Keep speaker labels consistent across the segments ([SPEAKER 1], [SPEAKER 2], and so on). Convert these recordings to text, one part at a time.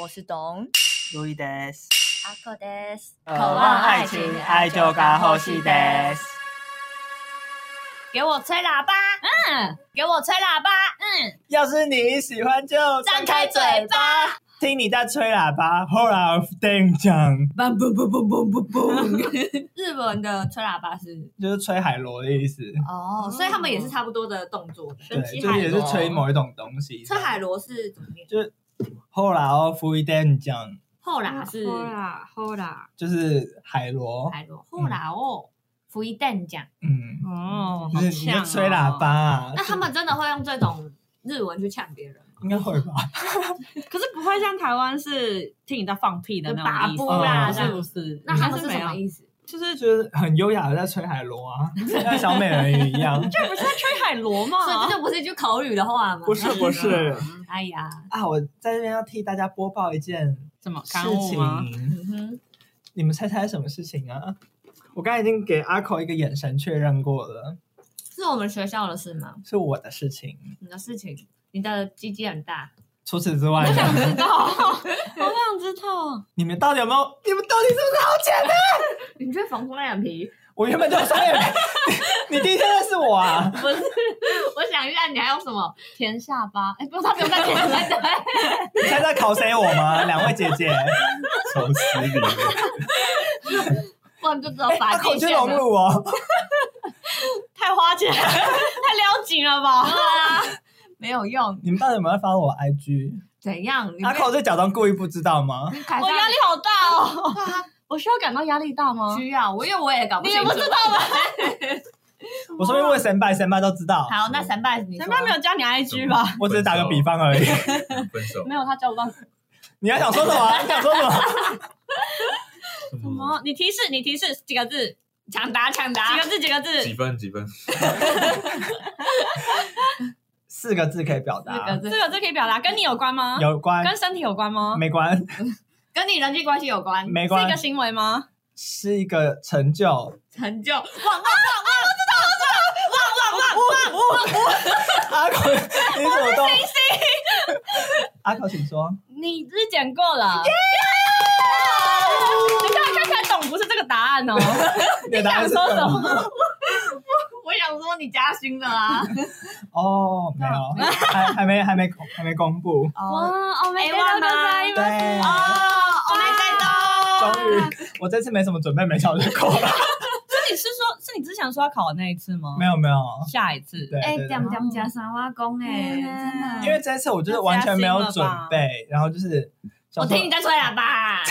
[SPEAKER 1] 我是董
[SPEAKER 2] 路易德斯，
[SPEAKER 1] 阿克德斯，
[SPEAKER 2] 渴望爱情，爱就该呼吸德斯。
[SPEAKER 1] 给我吹喇叭，嗯，给我吹喇叭，嗯，
[SPEAKER 2] 要是你喜欢就
[SPEAKER 1] 张开嘴巴，
[SPEAKER 2] 听你在吹喇叭，Horror of Danger，
[SPEAKER 1] 嘣嘣嘣嘣嘣嘣 嘣。日本的吹喇叭是
[SPEAKER 2] 就是吹海螺的意思。
[SPEAKER 1] 哦，所以他们也是差不多的动作。
[SPEAKER 2] 对
[SPEAKER 1] 升，起
[SPEAKER 2] 就
[SPEAKER 1] 海
[SPEAKER 2] 是也是
[SPEAKER 1] 螺，
[SPEAKER 2] 吹某一种东西。
[SPEAKER 1] 吹海螺是怎么念？
[SPEAKER 2] 就是 Horror of Danger，
[SPEAKER 1] 嗯后喇是
[SPEAKER 3] 后啦后啦，
[SPEAKER 2] 就是海螺。
[SPEAKER 1] 海螺，后喇哦，福一蛋讲。
[SPEAKER 2] 嗯，
[SPEAKER 3] 哦
[SPEAKER 2] 就是你在吹喇叭，啊，
[SPEAKER 1] 那他们真的会用这种日文去呛别人吗？
[SPEAKER 2] 应该会吧？
[SPEAKER 3] 可是不会像台湾是听你在放屁的那种意思，哦
[SPEAKER 1] 就
[SPEAKER 2] 拔布啦
[SPEAKER 3] 是不是？
[SPEAKER 1] 那他们
[SPEAKER 3] 应
[SPEAKER 1] 是
[SPEAKER 3] 该
[SPEAKER 1] 什
[SPEAKER 3] 没有
[SPEAKER 1] 么意思？
[SPEAKER 3] 就是
[SPEAKER 2] 就是很优雅的在吹海 螺啊，像小美人鱼一样。
[SPEAKER 3] 这不是在吹海
[SPEAKER 1] 所
[SPEAKER 3] 螺
[SPEAKER 1] 以
[SPEAKER 3] 吗
[SPEAKER 1] 这？就不是一句口语的话吗？
[SPEAKER 2] 不是不是
[SPEAKER 1] 哎呀，
[SPEAKER 2] 啊，我在这边要替大家播报一件
[SPEAKER 3] 怎么
[SPEAKER 2] 事
[SPEAKER 3] 刊物吗？
[SPEAKER 2] 情，
[SPEAKER 1] 嗯哼，
[SPEAKER 2] 你们猜猜什么事情啊？我刚才已经给阿口一个眼神确认过了，
[SPEAKER 1] 是我们学校的事吗？
[SPEAKER 2] 是我的事情。
[SPEAKER 1] 你的事情，你的鸡鸡很大，
[SPEAKER 2] 除此之外呢，
[SPEAKER 3] 知道，我想知道。
[SPEAKER 2] 你们到底有没有？你们到底是不是好姐 妹？
[SPEAKER 1] 你去缝双眼皮？
[SPEAKER 2] 我原本就是双眼皮， 你你第一天认识我啊？
[SPEAKER 1] 不是，我想一下，你还有什么填下巴？哎，不用，他不用再填了。 对
[SPEAKER 2] 你猜在考谁我吗？两位姐姐，
[SPEAKER 4] 超失礼的，
[SPEAKER 1] 不然就只有
[SPEAKER 2] 哎
[SPEAKER 1] 发
[SPEAKER 2] 阿
[SPEAKER 1] 际
[SPEAKER 2] 口去
[SPEAKER 1] 线
[SPEAKER 2] 融
[SPEAKER 1] 了。
[SPEAKER 2] 入哦。
[SPEAKER 3] 太花钱， 太撩紧了吧？
[SPEAKER 1] 对啊，没有用。
[SPEAKER 2] 你们到底有没有发我 IG？
[SPEAKER 1] 怎样？你
[SPEAKER 2] 阿口是假装故意不知道吗？
[SPEAKER 1] 你凯
[SPEAKER 3] 我
[SPEAKER 1] 撒
[SPEAKER 3] 压力好大哦。我需要感到压力大 吗？
[SPEAKER 1] 需要我，因为我也搞不
[SPEAKER 3] 你
[SPEAKER 1] 清
[SPEAKER 3] 也
[SPEAKER 1] 楚。
[SPEAKER 3] 不知道吗？
[SPEAKER 2] 我顺便问神拜，神拜都知道。
[SPEAKER 1] 啊好，那神拜你
[SPEAKER 3] 难
[SPEAKER 1] 说
[SPEAKER 3] 道没有加你 IG 吧？
[SPEAKER 2] 我只是打个比方而已。
[SPEAKER 4] 嗯分手
[SPEAKER 3] 没有，他加我办
[SPEAKER 2] 你还想说什 么啊？你想说什么？
[SPEAKER 3] 什？么？你提示，你提示几个字？
[SPEAKER 1] 抢答抢答
[SPEAKER 3] 几个字？几个
[SPEAKER 4] 几
[SPEAKER 3] 字？
[SPEAKER 4] 分几分？
[SPEAKER 2] 四个字可以表
[SPEAKER 1] 四个
[SPEAKER 2] 达，
[SPEAKER 1] 字
[SPEAKER 3] 这，个字可以表达，跟你有关吗？
[SPEAKER 2] 有关
[SPEAKER 3] 跟身体有关吗？
[SPEAKER 2] 没关，
[SPEAKER 1] 跟你人际关系有关，
[SPEAKER 2] 没
[SPEAKER 3] 是一
[SPEAKER 2] 关
[SPEAKER 3] 个，行为吗？
[SPEAKER 2] 是一个成就。
[SPEAKER 1] 成就旺
[SPEAKER 2] 阿口，你怎么都？阿口，请说。
[SPEAKER 3] 你日检过了。你看，看起来懂不是这个答案 哦。
[SPEAKER 2] 你的答案是
[SPEAKER 3] 想说什
[SPEAKER 2] 么？
[SPEAKER 1] 我想说你加薪的啊。
[SPEAKER 2] 哦，没有，还还没还没还没公布。
[SPEAKER 3] 哇，
[SPEAKER 1] 哦
[SPEAKER 3] 哦，没
[SPEAKER 1] 没忘吗
[SPEAKER 3] 吗？
[SPEAKER 2] 对，
[SPEAKER 1] 我没在到。
[SPEAKER 2] 终于，我这次没什么准备，没想就够了。
[SPEAKER 3] 是你是说，是你之前说要考的那一次吗？
[SPEAKER 2] 没有没有，
[SPEAKER 3] 下一次。
[SPEAKER 2] 对
[SPEAKER 1] 哎，
[SPEAKER 2] 对
[SPEAKER 1] 点
[SPEAKER 2] 对。
[SPEAKER 1] 点加三挖工哎，
[SPEAKER 3] 嗯
[SPEAKER 1] 真的。
[SPEAKER 2] 因为这次我就是完全没有准备，然后就是想
[SPEAKER 1] 我
[SPEAKER 2] 说
[SPEAKER 1] 听你在吹喇叭，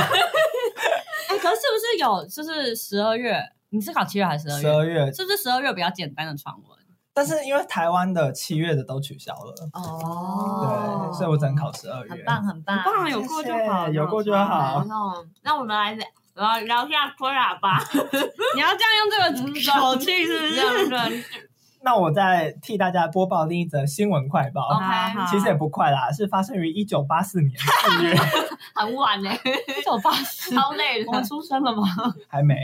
[SPEAKER 3] 哎，可是是不是有就是十二月？你是考七月还是十二
[SPEAKER 2] 十
[SPEAKER 3] 月？
[SPEAKER 2] 二月，
[SPEAKER 3] 是不是十二月比较简单的传闻？
[SPEAKER 2] 但是因为台湾的七月的都取消了，
[SPEAKER 1] 哦
[SPEAKER 2] 对，所以我只能考十二月。
[SPEAKER 1] 很棒很棒，
[SPEAKER 3] 棒啊有过就好
[SPEAKER 2] 谢谢有过就
[SPEAKER 1] 然
[SPEAKER 2] 好。
[SPEAKER 1] 后，那我们来聊聊一下吹喇叭，
[SPEAKER 3] 你要这样用这个口气是不
[SPEAKER 1] 这
[SPEAKER 3] 是？
[SPEAKER 1] 样 子
[SPEAKER 2] 那我再替大家播报另一则新闻快报。
[SPEAKER 3] 好
[SPEAKER 2] 其实也不快啦，是发生于一九八四年 四月，
[SPEAKER 1] 很晚嘞，
[SPEAKER 3] 一九八四，
[SPEAKER 1] 超累
[SPEAKER 3] 我们
[SPEAKER 1] 了。
[SPEAKER 3] 出生了吗？
[SPEAKER 2] 还没，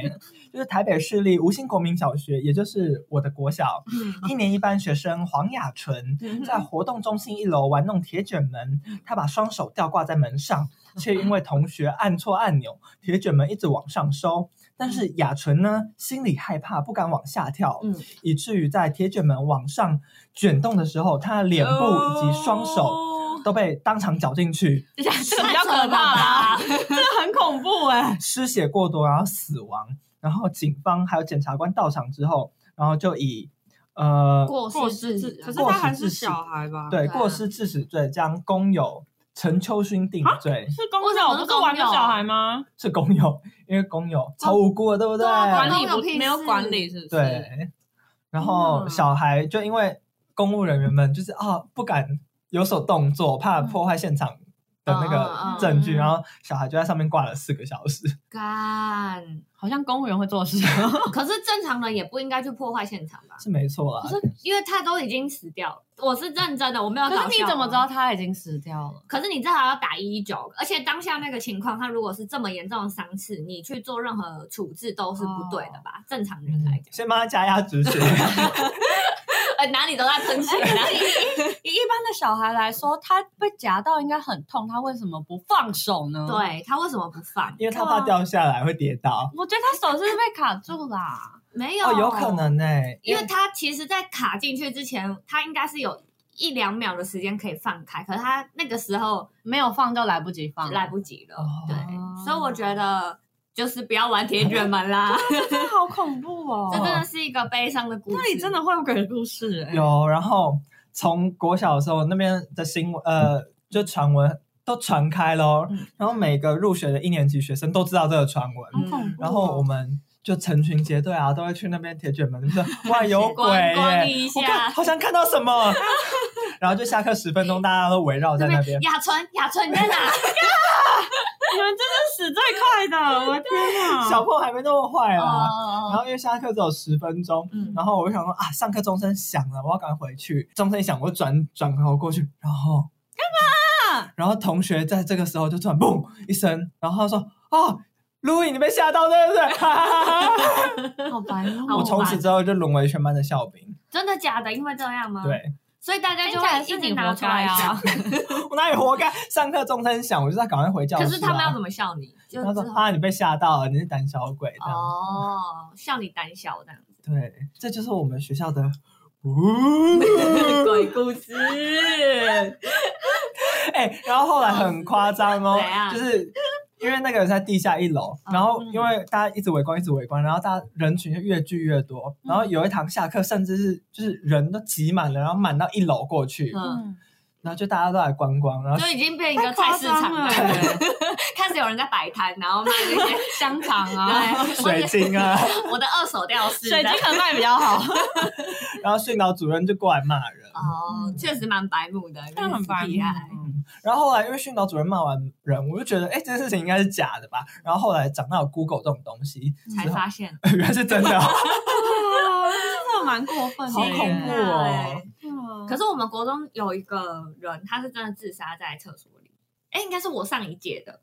[SPEAKER 2] 就是台北市立吴兴国民小学，也就是我的国小，一年一班学生黄雅纯在活动中心一楼玩弄铁卷门，她把双手吊挂在门上，却因为同学按错按钮，铁卷门一直往上收。但是雅纯呢，心里害怕，不敢往下跳，
[SPEAKER 3] 嗯
[SPEAKER 2] 以至于在铁卷门往上卷动的时候，她的脸部以及双手
[SPEAKER 3] 手，
[SPEAKER 2] 都被当场绞进去，
[SPEAKER 3] 这下这个比较可怕啦，这个很恐怖哎。
[SPEAKER 2] 失血过多，然后死亡。然后警方还有检察官到场之后，然后就以呃
[SPEAKER 1] 过
[SPEAKER 3] 过
[SPEAKER 1] 世
[SPEAKER 3] 世啊
[SPEAKER 1] 致
[SPEAKER 3] 致，
[SPEAKER 1] 死
[SPEAKER 3] 可是
[SPEAKER 2] 过
[SPEAKER 3] 他
[SPEAKER 2] 失
[SPEAKER 3] 还
[SPEAKER 2] 致
[SPEAKER 3] 是
[SPEAKER 2] 死
[SPEAKER 3] 小孩吧？
[SPEAKER 2] 对
[SPEAKER 1] 对啊
[SPEAKER 2] 过失致死罪将工友陈秋勋定罪，
[SPEAKER 3] 是公
[SPEAKER 1] 为什么
[SPEAKER 3] 友，
[SPEAKER 1] 是
[SPEAKER 3] 不是玩的
[SPEAKER 1] 公友
[SPEAKER 3] 小孩吗？
[SPEAKER 2] 是工友，因为工友超无辜的，对不对？
[SPEAKER 1] 对啊
[SPEAKER 3] 管
[SPEAKER 1] 公
[SPEAKER 3] 理
[SPEAKER 1] 友
[SPEAKER 3] 不
[SPEAKER 1] 屁
[SPEAKER 3] 没有
[SPEAKER 1] 事
[SPEAKER 3] 管理是不是？
[SPEAKER 2] 对。
[SPEAKER 1] 天
[SPEAKER 2] 然后
[SPEAKER 1] 哪
[SPEAKER 2] 小孩就因为公务人员们就是啊、不敢有所动作，怕破坏现场的那
[SPEAKER 1] 嗯嗯嗯
[SPEAKER 2] 个证据，
[SPEAKER 3] 嗯
[SPEAKER 2] 然后小孩就在上面挂了四个小时。
[SPEAKER 1] 干，
[SPEAKER 3] 好像公务员会做的 事。
[SPEAKER 1] 可是正常人也不应该去破坏现场吧？
[SPEAKER 2] 是没错啦
[SPEAKER 1] 可，是因为他都已经死掉了，我是认真的，我没有搞笑哦。
[SPEAKER 3] 可是你怎么知道他已经死掉了？
[SPEAKER 1] 可是你至少要打一一九，而且当下那个情况，他如果是这么严重的伤势，你去做任何
[SPEAKER 2] 哦嗯
[SPEAKER 1] 处置都是不对的吧？正常人来讲，
[SPEAKER 2] 先帮他加压止血，
[SPEAKER 1] 哎、人哪里都在喷血啊，
[SPEAKER 3] 以一般的小孩来说，他被夹到应该很痛，他为什么不放手 呢？，
[SPEAKER 1] 对他为什么不放？
[SPEAKER 2] 因为他怕掉下来会跌倒。
[SPEAKER 3] 我觉得他手是被卡住啦。
[SPEAKER 1] 没有，
[SPEAKER 2] 哦，有可，能呢、
[SPEAKER 1] 因为他其实，在卡进去之前，他应该是有一两秒的时间可以放开，可是他那个时候
[SPEAKER 3] 没有放就来不及 放，
[SPEAKER 1] 来不及了，
[SPEAKER 2] 哦
[SPEAKER 1] 对，所以我觉得就是不要玩铁卷门啦，
[SPEAKER 2] 哦
[SPEAKER 3] 真的好恐怖哦！
[SPEAKER 1] 这真的是一个悲伤的故事。
[SPEAKER 3] 那 里真的会有鬼故事
[SPEAKER 1] 嗯
[SPEAKER 3] 哎、
[SPEAKER 2] 有，然后从国小的时候那边的新闻，
[SPEAKER 1] 嗯
[SPEAKER 2] 呃，就传闻都传开喽，然后每个入学的一年级学生都知道这个传闻，
[SPEAKER 1] 嗯
[SPEAKER 3] 好恐怖哦、
[SPEAKER 2] 然后我们就成群结队啊，都会去那边铁卷门， 就说哇有鬼
[SPEAKER 1] 观光
[SPEAKER 2] 耶
[SPEAKER 1] 一！
[SPEAKER 2] 我看
[SPEAKER 1] 下
[SPEAKER 2] 好像看到什么， 然后就下课十分钟，大家都围绕在那 边。
[SPEAKER 1] 雅纯，雅纯你在哪？
[SPEAKER 3] 你们真的死最快的，我的 天哪！
[SPEAKER 2] 小朋友还没那么坏啊啦。
[SPEAKER 1] 哦，
[SPEAKER 2] 然后因为下课只有十分钟，
[SPEAKER 3] 嗯
[SPEAKER 2] 然后我就想说啊，上课钟声响了，我要赶快回去。钟声一响，我转转头过去，然后干
[SPEAKER 1] 啊
[SPEAKER 2] 嘛？然后同学在这个时候就突然嘣一声，然后他说啊，路易你被吓到对不对？哈哈哈哈
[SPEAKER 3] 好白目哦
[SPEAKER 1] 好
[SPEAKER 2] 我从此之后就沦为全班的笑柄。
[SPEAKER 1] 真的假的？因为这样吗？，
[SPEAKER 2] 对
[SPEAKER 1] 所以大家就
[SPEAKER 3] 听起来
[SPEAKER 1] 会
[SPEAKER 3] 是
[SPEAKER 1] 一
[SPEAKER 3] 你
[SPEAKER 1] 直
[SPEAKER 3] 活
[SPEAKER 1] 拿出来
[SPEAKER 3] 该啊！
[SPEAKER 2] 我哪里活该？上课钟声响，我就在赶快回教室、啊。
[SPEAKER 1] 可是他们要怎么笑你？就
[SPEAKER 2] 他
[SPEAKER 1] 是
[SPEAKER 2] 说啊，你被吓到了，你是胆小鬼这样。
[SPEAKER 1] 哦，笑你胆小这样子。
[SPEAKER 2] 对，这就是我们学 校的。
[SPEAKER 1] 鬼故 事，
[SPEAKER 2] 哎、然后后来很夸张哦
[SPEAKER 1] 怎，样哦嗯
[SPEAKER 2] 就是因为那个人在地下一楼，然后因为大家一直围观，一直围观，然后大家人群就越聚越多，
[SPEAKER 1] 嗯
[SPEAKER 2] 然后有一堂下课，甚至是就是人都挤满了，然后满到一楼过去，
[SPEAKER 1] 嗯，
[SPEAKER 3] 嗯，
[SPEAKER 2] 然后就大家都来观光，然后
[SPEAKER 1] 就已经变一个菜市场了
[SPEAKER 3] 太夸张了。
[SPEAKER 1] 开始有人在摆摊，然后卖那些
[SPEAKER 3] 香肠啊，
[SPEAKER 1] 对，我
[SPEAKER 2] 水
[SPEAKER 1] 的
[SPEAKER 2] 晶 啊，
[SPEAKER 1] 我的二手吊饰，
[SPEAKER 3] 水晶可能卖比较好。
[SPEAKER 2] 然后训导主任就过来骂人，
[SPEAKER 1] 哦，确实蛮白目的，
[SPEAKER 3] 但嗯很白目
[SPEAKER 1] 厉害。
[SPEAKER 2] 嗯然后后来因为训导主任骂完人，我就觉得哎、这件事情应该是假的吧，然后后来长大有 Google 这种东西，
[SPEAKER 3] 嗯
[SPEAKER 1] 才发现，
[SPEAKER 2] 原来是真的、哦，
[SPEAKER 3] 哇真的蛮过分的，啊
[SPEAKER 2] 好恐怖哦。
[SPEAKER 3] 怖
[SPEAKER 1] 可
[SPEAKER 3] 可是
[SPEAKER 1] 是我们国中有一个人，他是真的自杀在厕所里。哎，应该是我上一届的，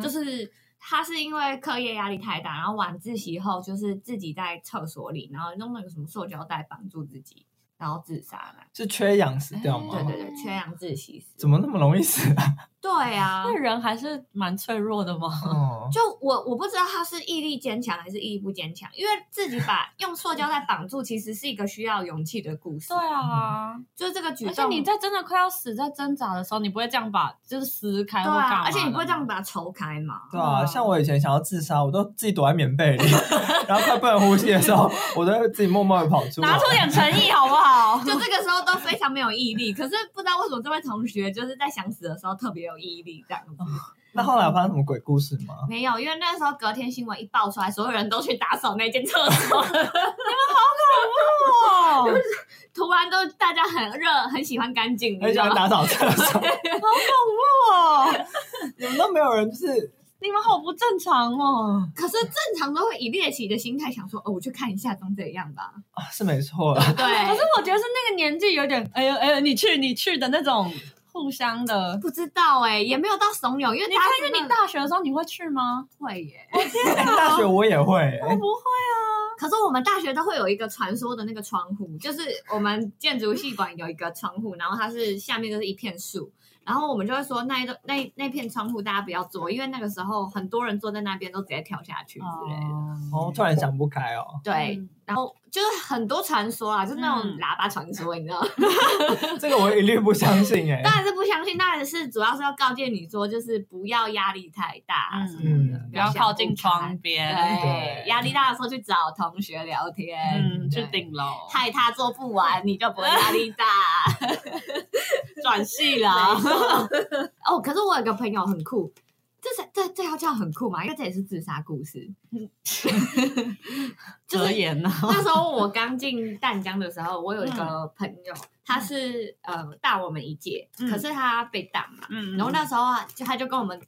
[SPEAKER 1] 就
[SPEAKER 3] 就是
[SPEAKER 1] 他是因为课业压力太大，然后晚自习后就是自己在厕所里，然后用那个什么塑胶袋绑住自己，然后自杀了。
[SPEAKER 2] 是缺氧死掉吗？
[SPEAKER 1] 对对对，缺氧窒息死。
[SPEAKER 2] 怎么那么容易死啊？
[SPEAKER 1] 对啊
[SPEAKER 3] 那，人还是蛮脆弱的嘛。
[SPEAKER 2] 哦，
[SPEAKER 1] 就我我不知道他是毅力坚强还是毅力不坚强，因为自己把用塑胶袋绑住，其实是一个需要勇气的故事。
[SPEAKER 3] 对，啊，
[SPEAKER 1] 就是这个举
[SPEAKER 3] 而
[SPEAKER 1] 动，
[SPEAKER 3] 且你在真的快要死、在挣扎的时候，你不会这样把就是撕开
[SPEAKER 1] 对
[SPEAKER 3] 或干嘛
[SPEAKER 1] 啊，
[SPEAKER 3] 的
[SPEAKER 1] 而且你不会这样把它抽开 嘛？
[SPEAKER 2] 对啊，像我以前想要自杀，我都自己躲在棉被里， 然后快不能呼吸的时候，我都会自己默默的跑出来。
[SPEAKER 3] 拿出点诚意好不好？
[SPEAKER 1] 就这个时候都非常没有毅力，可是不知道为什么这位同学就是在想死的时候特别有毅力这样子。
[SPEAKER 2] 那后来有发生什么鬼故事吗？
[SPEAKER 1] 没有，因为那时候隔天新闻一爆出来，所有人都去打扫那间厕所，
[SPEAKER 3] 哦，
[SPEAKER 1] 突然都大家很热，很喜欢干净，你
[SPEAKER 2] 很
[SPEAKER 1] 知
[SPEAKER 2] 喜
[SPEAKER 1] 道
[SPEAKER 2] 欢
[SPEAKER 1] 吗？
[SPEAKER 2] 打扫 厕所，
[SPEAKER 3] 哇，
[SPEAKER 2] 你们都没有人就是
[SPEAKER 3] 你们好不正常哦。
[SPEAKER 1] 可是正常都会以猎奇的心态想说，哦，我去看一下长怎样吧。
[SPEAKER 2] 啊，是没 错啦。
[SPEAKER 3] 可是
[SPEAKER 1] 对，
[SPEAKER 3] 我觉得是那个年纪有点，哎呦哎呦，你去你去的那种互相的。
[SPEAKER 1] 不知道哎、也没有到怂恿，因为
[SPEAKER 3] 你
[SPEAKER 1] 大
[SPEAKER 3] 看
[SPEAKER 1] 家，
[SPEAKER 3] 因为你
[SPEAKER 1] 大
[SPEAKER 3] 大学的时候你会去吗？
[SPEAKER 1] 会耶、
[SPEAKER 2] 哎大学我也会、欸
[SPEAKER 3] 我不会
[SPEAKER 1] 可是我们大学都会有一个传说的那个窗户，就是我们建筑系馆有一个窗户，然后它是下面就是一片树，然后我们就会说那一栋那那片窗户大家不要坐，因为那个时候很多人坐在那边都直接跳下去之类的。
[SPEAKER 2] 哦，突然想不开哦，
[SPEAKER 1] 对，
[SPEAKER 3] 嗯
[SPEAKER 1] 然后就是很多传说啊啦，就是那种
[SPEAKER 3] 嗯
[SPEAKER 1] 喇叭传说，你知道吗？
[SPEAKER 2] 这个我一律不相信 哎、
[SPEAKER 1] 当然是不相信，当然是主要是要告诫你说，就是不要压力太大啊什么的，
[SPEAKER 2] 嗯
[SPEAKER 3] 不要靠近窗
[SPEAKER 1] 想不
[SPEAKER 3] 边，
[SPEAKER 1] 开。对，压力大的时候去找同学聊天，
[SPEAKER 3] 嗯，
[SPEAKER 1] 对
[SPEAKER 3] 去顶楼，
[SPEAKER 1] 害他做不完，你就不会压力大。
[SPEAKER 3] 转系啦。
[SPEAKER 1] 哦，可是我有个朋友很酷，这是这这要叫很酷嘛？因为这也是自杀故事。
[SPEAKER 3] 嗯
[SPEAKER 1] 就是
[SPEAKER 3] 遮掩啊呢？
[SPEAKER 1] 那时候我刚进淡江的时候，我有一个朋友，他是呃大我们一届，
[SPEAKER 3] 嗯
[SPEAKER 1] 可是他被挡嘛。
[SPEAKER 3] 嗯
[SPEAKER 1] 然后那时候啊，就他就跟我们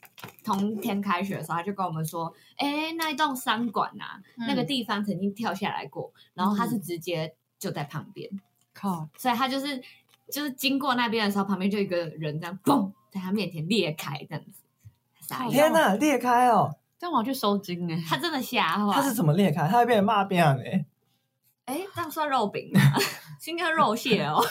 [SPEAKER 1] 同天开学的时候，他就跟我们说，哎，那一栋商馆啊，
[SPEAKER 3] 嗯
[SPEAKER 1] 那个地方曾经跳下来过，然后他是直接就在旁边，
[SPEAKER 3] 靠，
[SPEAKER 1] 所以他就是就是经过那边的时候，旁边就有一个人这样嘣在他面前裂开这样子，傻眼，
[SPEAKER 2] 天哪，裂开哦！
[SPEAKER 3] 但我要去收金哎，
[SPEAKER 1] 他真的吓坏，
[SPEAKER 2] 啊他是怎么裂开？他会变成骂变哎、
[SPEAKER 1] 哎，这样算肉饼吗？ 应该肉蟹哦。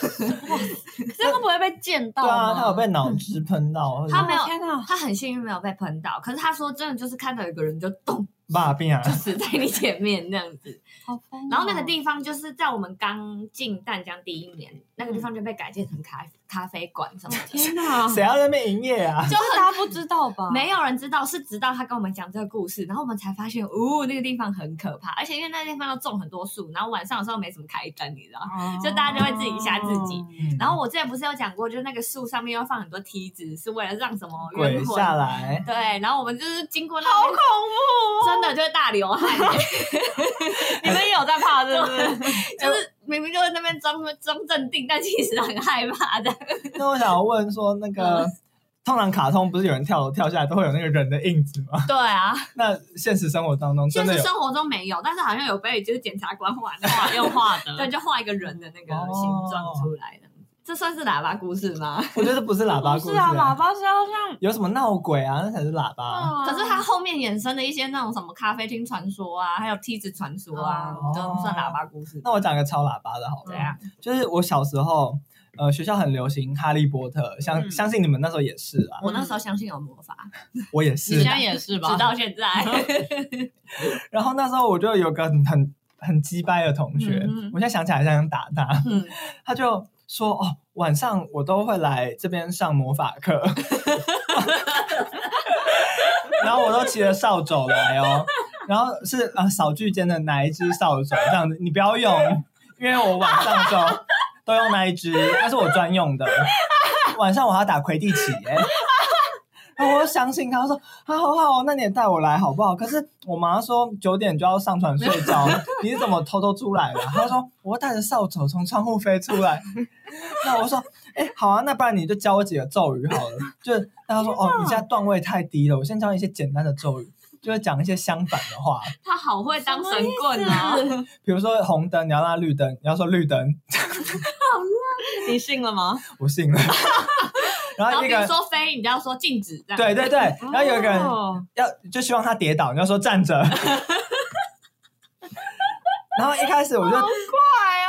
[SPEAKER 3] 这个不会被溅到
[SPEAKER 2] 对啊，
[SPEAKER 3] 吗？
[SPEAKER 2] 他有被脑汁喷到，或者
[SPEAKER 1] 他没有
[SPEAKER 3] 哦天哪！
[SPEAKER 1] 他很幸运没有被喷到，可是他说真的就是看到有个人就咚
[SPEAKER 2] 骂病啊
[SPEAKER 1] 就，死在你前面这样 子。
[SPEAKER 3] 好烦哦
[SPEAKER 1] 然后那个地方就是在我们刚进淡江第一年，那个地方就被改建成咖咖啡馆什么的，
[SPEAKER 3] 天 哪，
[SPEAKER 2] 谁要在那边营业啊？
[SPEAKER 1] 就很
[SPEAKER 3] 大家不知道吧？
[SPEAKER 1] 没有人知道，是直到他跟我们讲这个故事，然后我们才发现，哦，那个地方很可怕，而且因为那个地方要种很多树，然后晚上的时候没什么开灯，你知道吗。
[SPEAKER 3] 哦，
[SPEAKER 1] 就大家就会自己吓自己
[SPEAKER 2] 嗯
[SPEAKER 1] 然后我之前不是有讲过，就是那个树上面要放很多梯子，是为了让什么冤
[SPEAKER 2] 滚
[SPEAKER 1] 魂
[SPEAKER 2] 下来，
[SPEAKER 1] 对，然后我们就是经过那好恐怖、真的就会大流汗、
[SPEAKER 3] 你们也有在怕，对不 对？
[SPEAKER 1] 就是明明就在那边装装镇定，但其实很害怕 的。
[SPEAKER 2] 那我想要问说，那个通常卡通不是有人跳楼跳下来都会有那个人的印子吗？
[SPEAKER 1] 对啊，
[SPEAKER 2] 那现实生活当中
[SPEAKER 1] 现
[SPEAKER 2] 真的
[SPEAKER 1] 实
[SPEAKER 2] 有
[SPEAKER 1] 生活中没有，但是好像有被就是检察官画的，
[SPEAKER 3] 画用画的，
[SPEAKER 1] 对，就画一个人的那个
[SPEAKER 2] 哦
[SPEAKER 1] 形状出来的。这算是喇叭故事 吗？
[SPEAKER 2] 我觉得不是喇叭故
[SPEAKER 3] 不
[SPEAKER 2] 事、
[SPEAKER 3] 是啊，喇叭是嗯要像，
[SPEAKER 2] 有什么闹鬼啊？那才是喇叭。
[SPEAKER 1] 可是它后面衍生的一些那种什么咖啡厅传说啊，还有梯子传说啊，
[SPEAKER 2] 哦
[SPEAKER 1] 都不算喇叭故事。
[SPEAKER 2] 那我讲嗯一个超喇叭的好了，
[SPEAKER 1] 对啊，
[SPEAKER 2] 就是我小时候，呃，学校很流行《哈利波特》，相、
[SPEAKER 3] 嗯
[SPEAKER 2] 相信你们那时候也是啦，
[SPEAKER 1] 我那时候相信有魔 法，
[SPEAKER 2] 我也
[SPEAKER 3] 你
[SPEAKER 2] 是
[SPEAKER 3] 现。在也是吧？
[SPEAKER 1] 直到现在。
[SPEAKER 2] 然后那时候我就有个很很很鸡掰的同学，
[SPEAKER 1] 嗯嗯
[SPEAKER 2] 我现在想起来还想打他，
[SPEAKER 1] 嗯，
[SPEAKER 2] 他就说哦，晚上我都会来这边上魔法 课，然后我都骑着扫帚来哦，然后是呃扫具间的哪一只扫帚这样子，你不要用，因为我晚上就都用那一只，那是我专用的，晚上我还要打魁地奇耶、 然后我就相信他，我说啊，好好，那你也带我来好不好？可是我妈说九点就要上床睡觉， 你是怎么偷偷出来的？他说我带着扫帚从窗户飞出 来。那我说，哎、好啊，那不然你就教我几个咒语好了。就是那他说，哦，你现在段位太低了，我先教你一些简单的咒语，就是讲一些相反的话，
[SPEAKER 1] 他好会当神棍
[SPEAKER 3] 啊
[SPEAKER 1] 哦，
[SPEAKER 2] 比如说红灯你要让绿灯，你要说绿灯，
[SPEAKER 3] 你信了吗？
[SPEAKER 2] 我信了。 然
[SPEAKER 1] 然后
[SPEAKER 2] 后
[SPEAKER 1] 比
[SPEAKER 2] 一
[SPEAKER 1] 如
[SPEAKER 2] 个
[SPEAKER 1] 说飞，你就要说禁止这样。
[SPEAKER 2] 对对对，然后有一个人
[SPEAKER 3] 哦
[SPEAKER 2] 要就希望他跌倒，你要说站着。然后一开始我就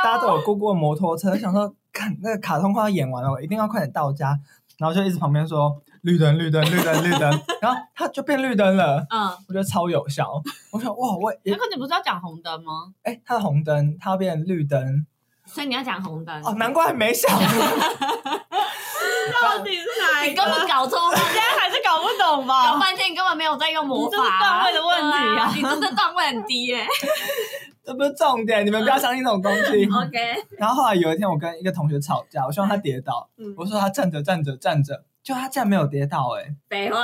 [SPEAKER 2] 搭着我姑姑的摩托车，想说看那个卡通快要演完了，我一定要快点到家。然后就一直旁边说绿灯绿灯绿灯绿灯，然后他就变绿灯了，
[SPEAKER 1] 嗯，
[SPEAKER 2] 我觉得超有效。我想哇，我
[SPEAKER 3] 那个你不是要讲红灯吗？
[SPEAKER 2] 哎，他的红灯，他要变绿灯
[SPEAKER 1] 所以你要讲红灯。
[SPEAKER 2] 哦，难怪没想。
[SPEAKER 3] 到底是哪
[SPEAKER 1] 你根本搞错了，
[SPEAKER 3] 现在还是搞不懂
[SPEAKER 1] 搞
[SPEAKER 3] 吧？
[SPEAKER 1] 半天你根本没有在用魔法、
[SPEAKER 3] 哦你这是段位的问题啊
[SPEAKER 1] 对你真的段位很低耶、
[SPEAKER 2] 这不是重点，你们不要相信这种东 西。
[SPEAKER 1] OK，
[SPEAKER 2] 然后后来有一天，我跟一个同学吵架，我希望他跌倒，
[SPEAKER 1] 嗯
[SPEAKER 2] 我说他站着站着站着，就他竟然没有跌倒、欸，哎，
[SPEAKER 1] 废话，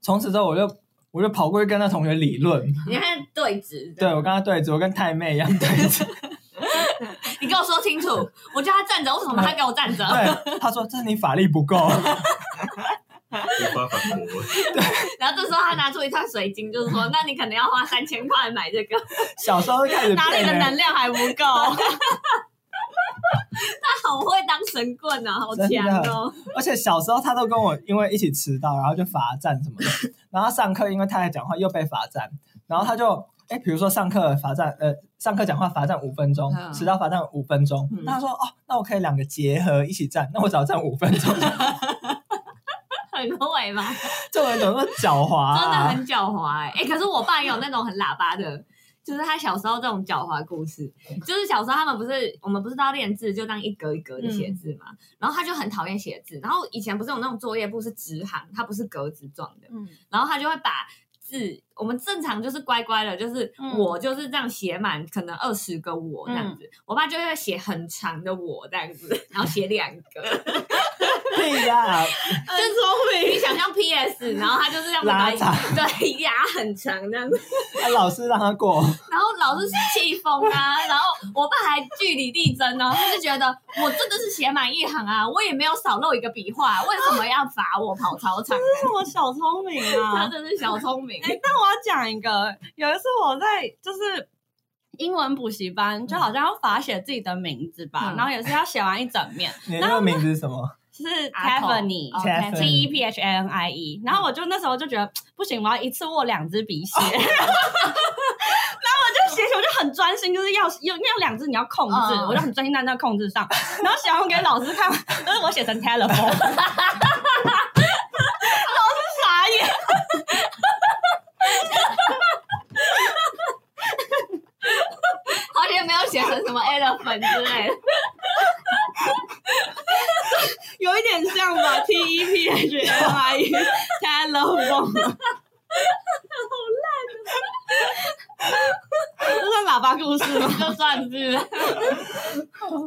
[SPEAKER 2] 从此之后我就我就跑过去跟那同学理论，
[SPEAKER 1] 你看对质，
[SPEAKER 2] 对我跟他对峙，我跟太妹一样对峙，
[SPEAKER 1] 你跟我说清楚，我叫他站着，为什么他给我站着？
[SPEAKER 2] 对，他说这是你法力不够，
[SPEAKER 4] 无法反驳。
[SPEAKER 1] 然后这时候他拿出一串水晶，就是说，那你可能要花三千块买这个，
[SPEAKER 2] 小时候就开始
[SPEAKER 3] 哪里
[SPEAKER 2] 变
[SPEAKER 3] 的
[SPEAKER 2] 欸
[SPEAKER 3] 能量还不够？
[SPEAKER 1] 他好会当神棍啊，好强哦！
[SPEAKER 2] 而且小时候他都跟我因为一起迟到，然后就罚站什么的。然后上课因为太爱讲话又被罚站，然后他就哎，比如说上课罚站，呃，上课讲话罚站五分钟，
[SPEAKER 1] 嗯
[SPEAKER 2] 迟到罚站五分钟。
[SPEAKER 1] 嗯
[SPEAKER 2] 那他说哦，那我可以两个结合一起站，那我只要站五分钟。
[SPEAKER 1] 很会嘛，
[SPEAKER 2] 这种人怎么那么狡猾、
[SPEAKER 1] 真的
[SPEAKER 2] 啊？
[SPEAKER 1] 很狡猾哎、欸可是我爸也有那种很喇叭的，就是他小时候这种狡猾故事，就是小时候他们不是我们不是都要练字，就当一格一格的写字
[SPEAKER 2] 嗯
[SPEAKER 1] 嘛，然后他就很讨厌写字，然后以前不是有那种作业簿是直行，它不是格子状的，
[SPEAKER 3] 嗯，
[SPEAKER 1] 然后他就会把字，我们正常就是乖乖的，就是
[SPEAKER 3] 嗯
[SPEAKER 1] 我就是这样写满，可能二十个我这
[SPEAKER 2] 嗯
[SPEAKER 1] 样子，我爸就会写很长的我这样子， 然后写两个，
[SPEAKER 2] 屁呀、啊
[SPEAKER 3] 真聪
[SPEAKER 1] 你。想象 PS，然后他就是这样子把你
[SPEAKER 2] 拉长
[SPEAKER 1] 对压很长这样子。
[SPEAKER 2] 啊老师让他过，
[SPEAKER 1] 然后老师气疯 啊，然后我爸还据理力争哦，他就觉得我真的是写满一行啊，我也没有少漏一个笔画，为什么要罚我跑操 场？
[SPEAKER 3] 这是我小聪明
[SPEAKER 1] 他
[SPEAKER 3] 啊！
[SPEAKER 1] 真是小聪明
[SPEAKER 3] 哎、，但我要讲一个，有一次我在就是英文补习班，就好像要罚写自己的名字吧，
[SPEAKER 1] 嗯
[SPEAKER 3] 然后也是要写完一整面，
[SPEAKER 2] 你那个名字是什么？
[SPEAKER 3] 是
[SPEAKER 1] 阿口
[SPEAKER 3] Tiffany，
[SPEAKER 1] 哦
[SPEAKER 2] Tiffany
[SPEAKER 3] T E P H A N I E，然后
[SPEAKER 1] 哦
[SPEAKER 3] 我 就那时候就觉得不行，我要一次握两支笔写，然后我就写写且我就很专心，就是要用那两只你要控制，
[SPEAKER 1] 嗯
[SPEAKER 3] 我就很专心在那控制上，然后想要给老师看， 但是我写成 telephone，老师傻眼。
[SPEAKER 1] 好险没有写成什么 elephant 之类的。
[SPEAKER 3] 有一点像吧，T E P H L I E telephone，好啊 烂、这算喇叭故 事吗？
[SPEAKER 1] 就算是，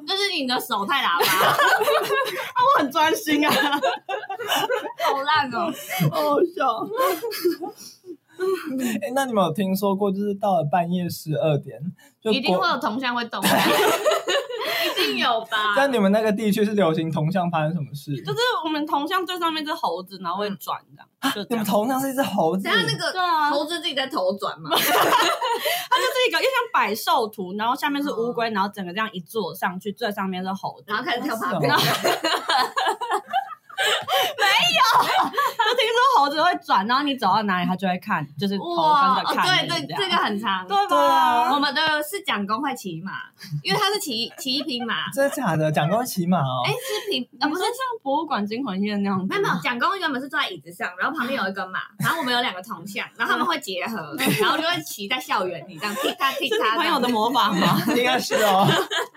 [SPEAKER 1] 就是你的手太喇叭，
[SPEAKER 3] 我很专心啊，
[SPEAKER 1] 好烂 哦！
[SPEAKER 3] 好笑。
[SPEAKER 2] 诶哎那你们有听说过，就是到了半夜十二点，就
[SPEAKER 1] 一定
[SPEAKER 2] 国
[SPEAKER 1] 会有铜像会动的， 一定有 吧？
[SPEAKER 2] 在你们那个地区是流行铜像发生什么事？
[SPEAKER 3] 就是我们铜像最上面是猴子，然后会转这样，就这
[SPEAKER 2] 你们
[SPEAKER 3] 样。
[SPEAKER 2] 铜像是一只猴子
[SPEAKER 1] 等，下那
[SPEAKER 3] 对
[SPEAKER 1] 个
[SPEAKER 3] 啊，
[SPEAKER 1] 猴子自己在头转嘛，
[SPEAKER 3] 它就是一个又像百兽图，然后下面是乌龟，然后整个这样一坐上去，最上面是猴子。
[SPEAKER 1] 然后开始跳
[SPEAKER 2] 是
[SPEAKER 1] 爬
[SPEAKER 2] 哦
[SPEAKER 1] 步。
[SPEAKER 3] 就听说猴子会转，然后你走到哪里，它就会看，就是头
[SPEAKER 1] 哇，
[SPEAKER 3] 跟
[SPEAKER 1] 哦
[SPEAKER 3] 着看
[SPEAKER 1] 对
[SPEAKER 3] 你
[SPEAKER 1] 对，
[SPEAKER 3] 这
[SPEAKER 1] 这
[SPEAKER 3] 样
[SPEAKER 1] 个很长。
[SPEAKER 3] 对
[SPEAKER 2] 对啊
[SPEAKER 3] 吧？
[SPEAKER 1] 我们的是讲公会骑马，因为他是骑骑一匹马，
[SPEAKER 2] 真的假的？讲过骑马哦
[SPEAKER 1] 哎，，是匹啊
[SPEAKER 3] 啊，不
[SPEAKER 1] 不
[SPEAKER 3] 是
[SPEAKER 1] 是。
[SPEAKER 3] 像博物馆惊魂夜那样子，
[SPEAKER 1] 没有没有，蒋公原本是坐在椅子上，然后旁边有一 个马，然后我们有两个铜像，然后他们会结合，然后就会骑在校园里这样踢踏踢
[SPEAKER 3] 是
[SPEAKER 1] 踏。
[SPEAKER 3] 你朋友的魔法吗？
[SPEAKER 2] 应该是 哦，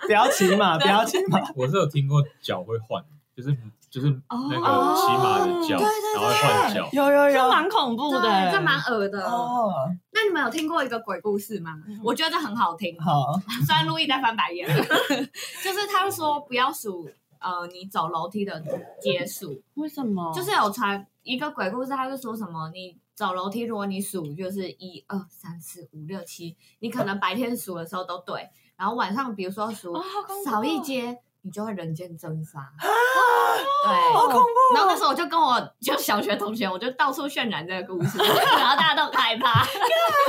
[SPEAKER 2] 不要骑马，不要骑马。
[SPEAKER 4] 我是有听过脚会换，就是就是那
[SPEAKER 1] 哦
[SPEAKER 4] 个骑马的脚，
[SPEAKER 1] 对对
[SPEAKER 4] 然后会换脚。
[SPEAKER 2] 有有
[SPEAKER 3] 这
[SPEAKER 2] 有，
[SPEAKER 3] 蛮恐怖
[SPEAKER 1] 对
[SPEAKER 3] 的，，
[SPEAKER 1] 这蛮恶的。
[SPEAKER 2] 哦，嗯
[SPEAKER 1] 那你们有听过一个鬼故事吗？我觉得很好听，
[SPEAKER 2] 好，
[SPEAKER 1] 虽然路易在翻白眼， 就是他说不要数呃你走楼梯的阶数，
[SPEAKER 3] 为什么？
[SPEAKER 1] 就是有传一个鬼故事，他就说什么你走楼梯，如果你数就是一二三四五六七，你可能白天数的时候都对，然后晚上比如说数
[SPEAKER 3] 啊，好恐怖
[SPEAKER 1] 少一阶，你就会人间蒸发。对，
[SPEAKER 2] 好恐怖！
[SPEAKER 1] 然后那时候我就跟我就小学同学，我就到处渲染这个故事，然后大家都很害怕
[SPEAKER 3] 你这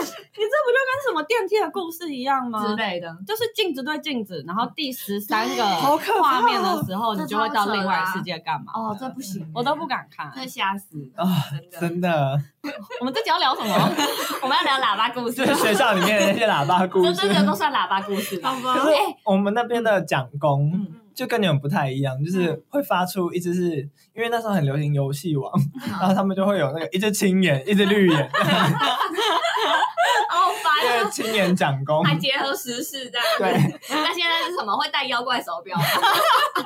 [SPEAKER 3] 不就跟什么电梯的故事一样吗？
[SPEAKER 1] 之类的。
[SPEAKER 3] 就是镜子对镜子，然后第十三
[SPEAKER 2] 好
[SPEAKER 3] 个
[SPEAKER 2] 可怕哦
[SPEAKER 3] 画面的时候，
[SPEAKER 1] 这
[SPEAKER 3] 你就会到
[SPEAKER 1] 超扯
[SPEAKER 3] 另外
[SPEAKER 1] 的啊
[SPEAKER 3] 世界干嘛？
[SPEAKER 1] 哦，这不行，
[SPEAKER 3] 我都不，敢看。
[SPEAKER 1] 这吓死
[SPEAKER 2] 啊
[SPEAKER 1] 真的。
[SPEAKER 2] 真的，
[SPEAKER 3] 我们这集要聊什么？
[SPEAKER 1] 我们要聊喇叭故事，
[SPEAKER 2] 对学校里面的那些喇叭故
[SPEAKER 1] 这
[SPEAKER 2] 事，
[SPEAKER 1] 真的都算喇叭故事吧？哎
[SPEAKER 2] 可是我们那边的讲工
[SPEAKER 1] 嗯
[SPEAKER 2] 就跟你们不太一样，就是会发出一只是因为那时候很流行游戏王，
[SPEAKER 1] 嗯
[SPEAKER 2] 然后他们就会有那个一只青眼，一只绿 眼，
[SPEAKER 1] 好
[SPEAKER 2] 因
[SPEAKER 1] 烦
[SPEAKER 2] 为
[SPEAKER 1] 啊！
[SPEAKER 2] 青眼讲工，
[SPEAKER 1] 还结合时事这样。
[SPEAKER 2] 对，
[SPEAKER 1] 那现在是什么？会戴妖怪手表？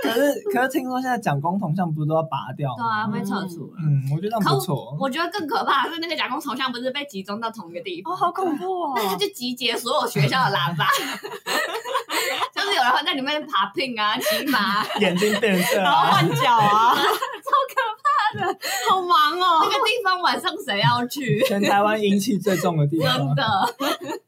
[SPEAKER 2] 可是可是听说现在讲工铜像不是都要拔掉
[SPEAKER 1] 对
[SPEAKER 2] 吗？
[SPEAKER 1] 啊，被撤除了。
[SPEAKER 2] 嗯，我觉得那不错，
[SPEAKER 1] 我觉得更可怕的是那个假公头像不是被集中到同一个地方，
[SPEAKER 3] 哦，好恐怖哦！
[SPEAKER 1] 那他就集结所有学校的喇叭， 就是有人会在里面爬聘啊、骑马啊，
[SPEAKER 2] 眼睛变色
[SPEAKER 3] 然后
[SPEAKER 2] 啊，
[SPEAKER 3] 换脚 啊，
[SPEAKER 1] 超可
[SPEAKER 3] 好忙
[SPEAKER 1] 怕！那
[SPEAKER 3] 哦。
[SPEAKER 1] 个地方晚上谁要去？
[SPEAKER 2] 全台湾阴气最重的地
[SPEAKER 1] 真
[SPEAKER 2] 方。啊
[SPEAKER 1] 的。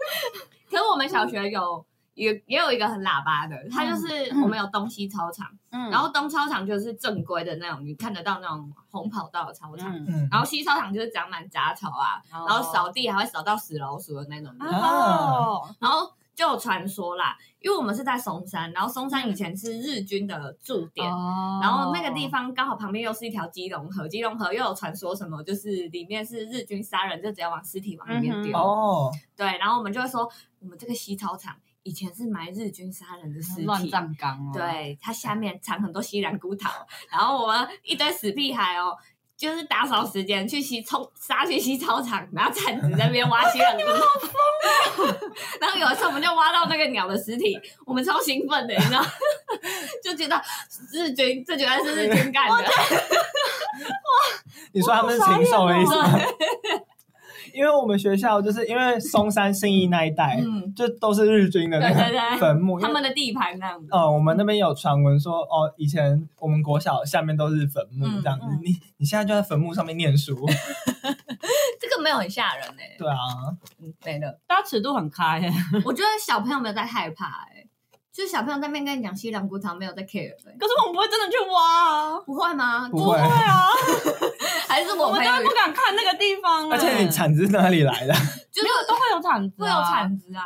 [SPEAKER 1] 可是我们小学有也也有一个很喇叭的，它就是我们有东西操场，
[SPEAKER 3] 嗯
[SPEAKER 1] 然后东操场就是正规的那种，你看得到那种红跑道的操场，
[SPEAKER 3] 嗯，
[SPEAKER 2] 嗯，
[SPEAKER 1] 然后西操场就是长满杂草啊，
[SPEAKER 3] 然
[SPEAKER 1] 然后扫地还会扫到死老鼠的那种地方，
[SPEAKER 3] 哦，
[SPEAKER 1] 然后。就有传说啦，因为我们是在松山，然后松山以前是日军的驻点，
[SPEAKER 3] 哦
[SPEAKER 1] 然后那个地方刚好旁边又是一条基隆河，基隆河又有传说什么，就是里面是日军杀人，就直接往尸体往里面丢。
[SPEAKER 3] 嗯哼
[SPEAKER 2] 哦，
[SPEAKER 1] 对，然后我们就会说，我们这个西操场以前是埋日军杀人的尸
[SPEAKER 3] 乱
[SPEAKER 1] 体。
[SPEAKER 3] 葬岗
[SPEAKER 2] 嗯
[SPEAKER 3] 哦。，
[SPEAKER 1] 对，它下面藏很多西兰菇桃，然后我们一堆死屁孩哦，就是打扫时间去西冲杀去西操场，拿铲子在那边挖西兰菇。你们好疯啊！ 然后有一次我们就挖到那个鸟的尸体，我们超兴奋的，你知道， 就觉得日军这居然是日军干的，
[SPEAKER 2] 你说他们是禽兽的意思吗？因为我们学校就是因为松山信义那一 带，
[SPEAKER 1] 嗯，
[SPEAKER 2] 就都是日军的那
[SPEAKER 1] 对对
[SPEAKER 2] 个
[SPEAKER 1] 对
[SPEAKER 2] 坟墓。因
[SPEAKER 1] 他
[SPEAKER 2] 为
[SPEAKER 1] 们的地盘那样子。
[SPEAKER 2] 呃，我们那边有传闻说，哦，以前我们国小下面都是坟墓
[SPEAKER 1] 嗯
[SPEAKER 2] 这样子。
[SPEAKER 3] 嗯
[SPEAKER 2] 你你现在就在坟墓上面念书，
[SPEAKER 1] 这个没有很吓人哎、
[SPEAKER 2] 对啊，
[SPEAKER 1] 嗯，没了。
[SPEAKER 3] 大家尺度很开耶。
[SPEAKER 1] 我觉得小朋友没有在害怕、欸，就是小朋友在那边跟你讲西凉菇汤没有在 care，、欸、
[SPEAKER 3] 可是我们不会真的去挖 啊。
[SPEAKER 1] 不会吗？
[SPEAKER 2] 不会
[SPEAKER 3] 对。啊，
[SPEAKER 1] 还是我
[SPEAKER 3] 我们
[SPEAKER 1] 朋
[SPEAKER 3] 当然
[SPEAKER 1] 友
[SPEAKER 3] 不敢看那个地方了。
[SPEAKER 2] 而且你铲子是哪里来 的？
[SPEAKER 1] 就
[SPEAKER 3] 没
[SPEAKER 1] 是
[SPEAKER 3] 有都会有铲子，
[SPEAKER 1] 会有，铲子啊，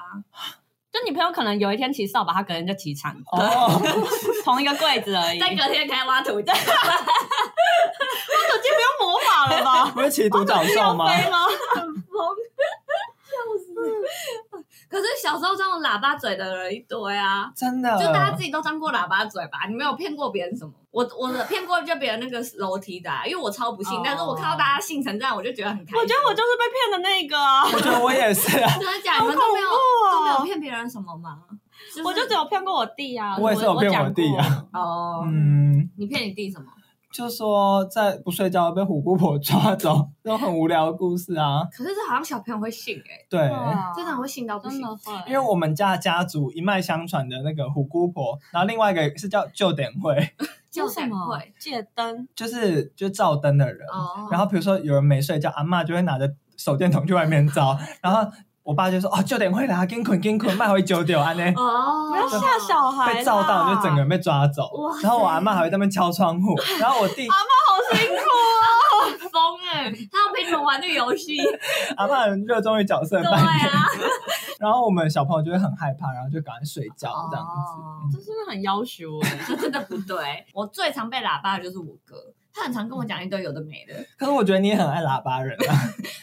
[SPEAKER 3] 就你朋友可能有一天骑扫把，他可能就骑铲子，
[SPEAKER 2] 哦，
[SPEAKER 3] 同一个柜子而已。
[SPEAKER 1] 在
[SPEAKER 3] 这
[SPEAKER 1] 隔天开挖土机，
[SPEAKER 3] 手机不用魔法了吧？
[SPEAKER 2] 不是骑独角兽吗？
[SPEAKER 3] 飞吗？
[SPEAKER 1] 喇叭嘴的人一堆啊。
[SPEAKER 2] 真
[SPEAKER 3] 嗯
[SPEAKER 2] 的，
[SPEAKER 1] 就大家自己都张过喇叭嘴吧，你没有骗过别人什么？我我骗过就别人那个楼梯的啊、因为我超不信
[SPEAKER 3] 哦
[SPEAKER 1] 但是我看到大家信成这样，我就觉得很开心。
[SPEAKER 3] 我觉得我就是被骗的那个啊，
[SPEAKER 2] 我觉得我也是啊，
[SPEAKER 1] 真的假的？你们
[SPEAKER 3] 好
[SPEAKER 1] 都
[SPEAKER 3] 恐
[SPEAKER 1] 没有、
[SPEAKER 3] 怖哦
[SPEAKER 1] 都没有骗别人什么吗？是
[SPEAKER 3] 我就只有骗过我弟啊，
[SPEAKER 2] 我也是有骗我弟啊
[SPEAKER 3] 讲过。
[SPEAKER 1] 哦，
[SPEAKER 2] 嗯，
[SPEAKER 1] 你骗你弟什么？
[SPEAKER 2] 就说在不睡觉被虎姑婆抓走，这种很无聊的故事啊。
[SPEAKER 1] 可是这好像小朋友会信哎、
[SPEAKER 2] 对，
[SPEAKER 1] 真的会信到不
[SPEAKER 3] 嗯真
[SPEAKER 1] 行。
[SPEAKER 3] 的会，
[SPEAKER 2] 因为我们家家族一脉相传的那个虎姑婆，然后另外一个是叫旧点会，
[SPEAKER 1] 就
[SPEAKER 3] 叫什么
[SPEAKER 1] 会
[SPEAKER 3] 借灯
[SPEAKER 2] 就是就照灯的人。
[SPEAKER 1] 哦，
[SPEAKER 2] 然后比如说有人没睡觉，阿嬷就会拿着手电筒去外面照，然后我爸就说：“哦，九点会啦，跟捆跟捆，卖回九点安呢。”
[SPEAKER 1] 哦，
[SPEAKER 3] 不要吓小孩啦，
[SPEAKER 2] 被照到就整个人被抓走
[SPEAKER 1] 哇，
[SPEAKER 2] 然后我阿嬷还会在那边敲窗户，然后我弟
[SPEAKER 3] 好辛苦啊！
[SPEAKER 1] 疯哎、他要陪你们玩这个游戏，
[SPEAKER 2] 阿嬷很热衷于角色
[SPEAKER 1] 对
[SPEAKER 2] 扮演，
[SPEAKER 1] 啊，
[SPEAKER 2] 然后我们小朋友就会很害怕，然后就赶快睡觉这样
[SPEAKER 1] 哦
[SPEAKER 2] 子。
[SPEAKER 3] 这真的很要求哎，
[SPEAKER 1] 这 真的不对。我最常被喇叭的就是我哥，他很常跟我讲一堆有的没的，
[SPEAKER 2] 可是我觉得你也很爱喇叭人啊，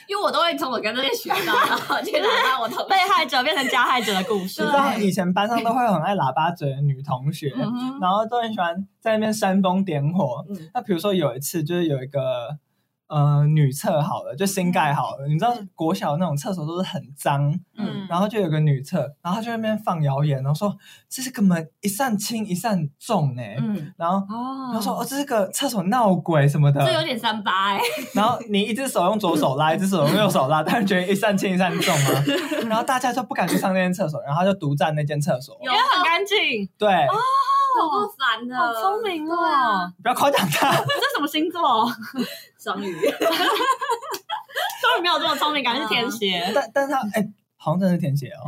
[SPEAKER 1] 因为我都会从我哥那边学到，然后去喇叭我 同
[SPEAKER 3] 被
[SPEAKER 1] 事。
[SPEAKER 3] 害者变成加害者的故
[SPEAKER 2] 你
[SPEAKER 3] 事
[SPEAKER 1] 对
[SPEAKER 2] 知。道以前班上都会有很爱喇叭嘴的女同学，
[SPEAKER 1] 嗯哼
[SPEAKER 2] 然后都很喜欢在那边煽风点火。
[SPEAKER 1] 嗯
[SPEAKER 2] 那比如说有一次，就是有一个呃女厕好了，就新盖好了，你知道国小那种厕所都是很脏，
[SPEAKER 1] 嗯
[SPEAKER 2] 然后就有个女厕，然后她就在那边放谣言，然后说这是个门一扇轻一扇重哎、
[SPEAKER 1] 嗯，
[SPEAKER 2] 然后。
[SPEAKER 3] 哦
[SPEAKER 2] 然后说：“哦，这是个厕所闹鬼什么的。
[SPEAKER 1] 这有点三八哎、
[SPEAKER 2] 然后你一只手用左手拉，一只手用右手拉，当然觉得一扇轻一扇重啊。然后大家就不敢去上那间厕所，然后她就独占那间厕所。
[SPEAKER 1] 有
[SPEAKER 3] 因为很干净，
[SPEAKER 2] 对，
[SPEAKER 1] 有够烦的，
[SPEAKER 3] 哦好聪明
[SPEAKER 1] 对啊，
[SPEAKER 3] 哦！
[SPEAKER 2] 不要夸奖她。
[SPEAKER 3] 这是什么星座？
[SPEAKER 1] 双鱼，
[SPEAKER 3] 终于没有这么聪明，感觉是天蝎。
[SPEAKER 2] 但但是他哎、好像真的是填写哦。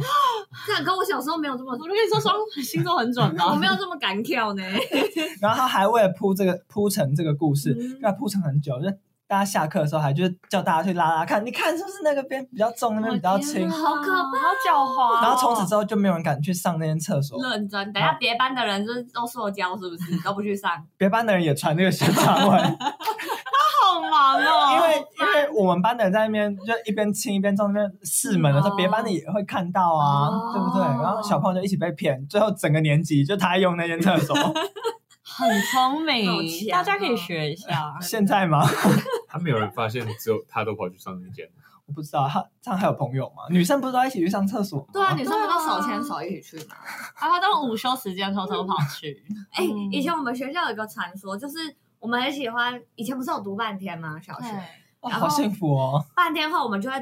[SPEAKER 1] 那跟我小时候没有这么
[SPEAKER 3] 我，就跟你说，双星座很准啊
[SPEAKER 1] 我
[SPEAKER 3] 吧？
[SPEAKER 1] 没有这么敢跳呢。
[SPEAKER 2] 然后他还为了铺这个铺成这个故事，
[SPEAKER 1] 嗯
[SPEAKER 2] 要铺成很久，就大家下课的时候还就是叫大家去拉拉看，你看是不是那个边比较重，那边比较轻。
[SPEAKER 1] 好可怕
[SPEAKER 3] 好狡猾哦。
[SPEAKER 2] 然后从此之后就没有人敢去上那间厕所，
[SPEAKER 1] 认真，等一下别班的人就是都塑胶，是不 是都不去上？
[SPEAKER 2] 别班的人也传那个宣传文，
[SPEAKER 3] 好忙哦，
[SPEAKER 2] 因为因为我们班的人在那边就一边亲一边重，那边试门的时候，
[SPEAKER 1] 哦
[SPEAKER 2] 别班的也会看到啊，
[SPEAKER 1] 哦
[SPEAKER 2] 对不对？然后小朋友就一起被骗，最后整个年级就他用那间厕 所。
[SPEAKER 3] 很聪
[SPEAKER 1] 好
[SPEAKER 3] 明，
[SPEAKER 1] 强哦
[SPEAKER 3] 大家可以学一下。
[SPEAKER 2] 现在吗？
[SPEAKER 4] 他没有人发现，只有他都跑去上那间。
[SPEAKER 2] 我不知道，他这样还有朋友吗？女生不是都一起去上厕所吗？
[SPEAKER 1] 对啊，女生不都手牵手一起去吗？
[SPEAKER 3] 啊，他到午休时间偷偷跑去，
[SPEAKER 1] 哎、
[SPEAKER 3] 嗯
[SPEAKER 1] 以前我们学校有一个传说，就是我们很喜欢，以前不是有读半天吗？
[SPEAKER 2] 嗯
[SPEAKER 1] 小学
[SPEAKER 2] 哇，
[SPEAKER 1] 然
[SPEAKER 2] 好
[SPEAKER 1] 后
[SPEAKER 2] 幸福哦！
[SPEAKER 1] 半天后，我们就会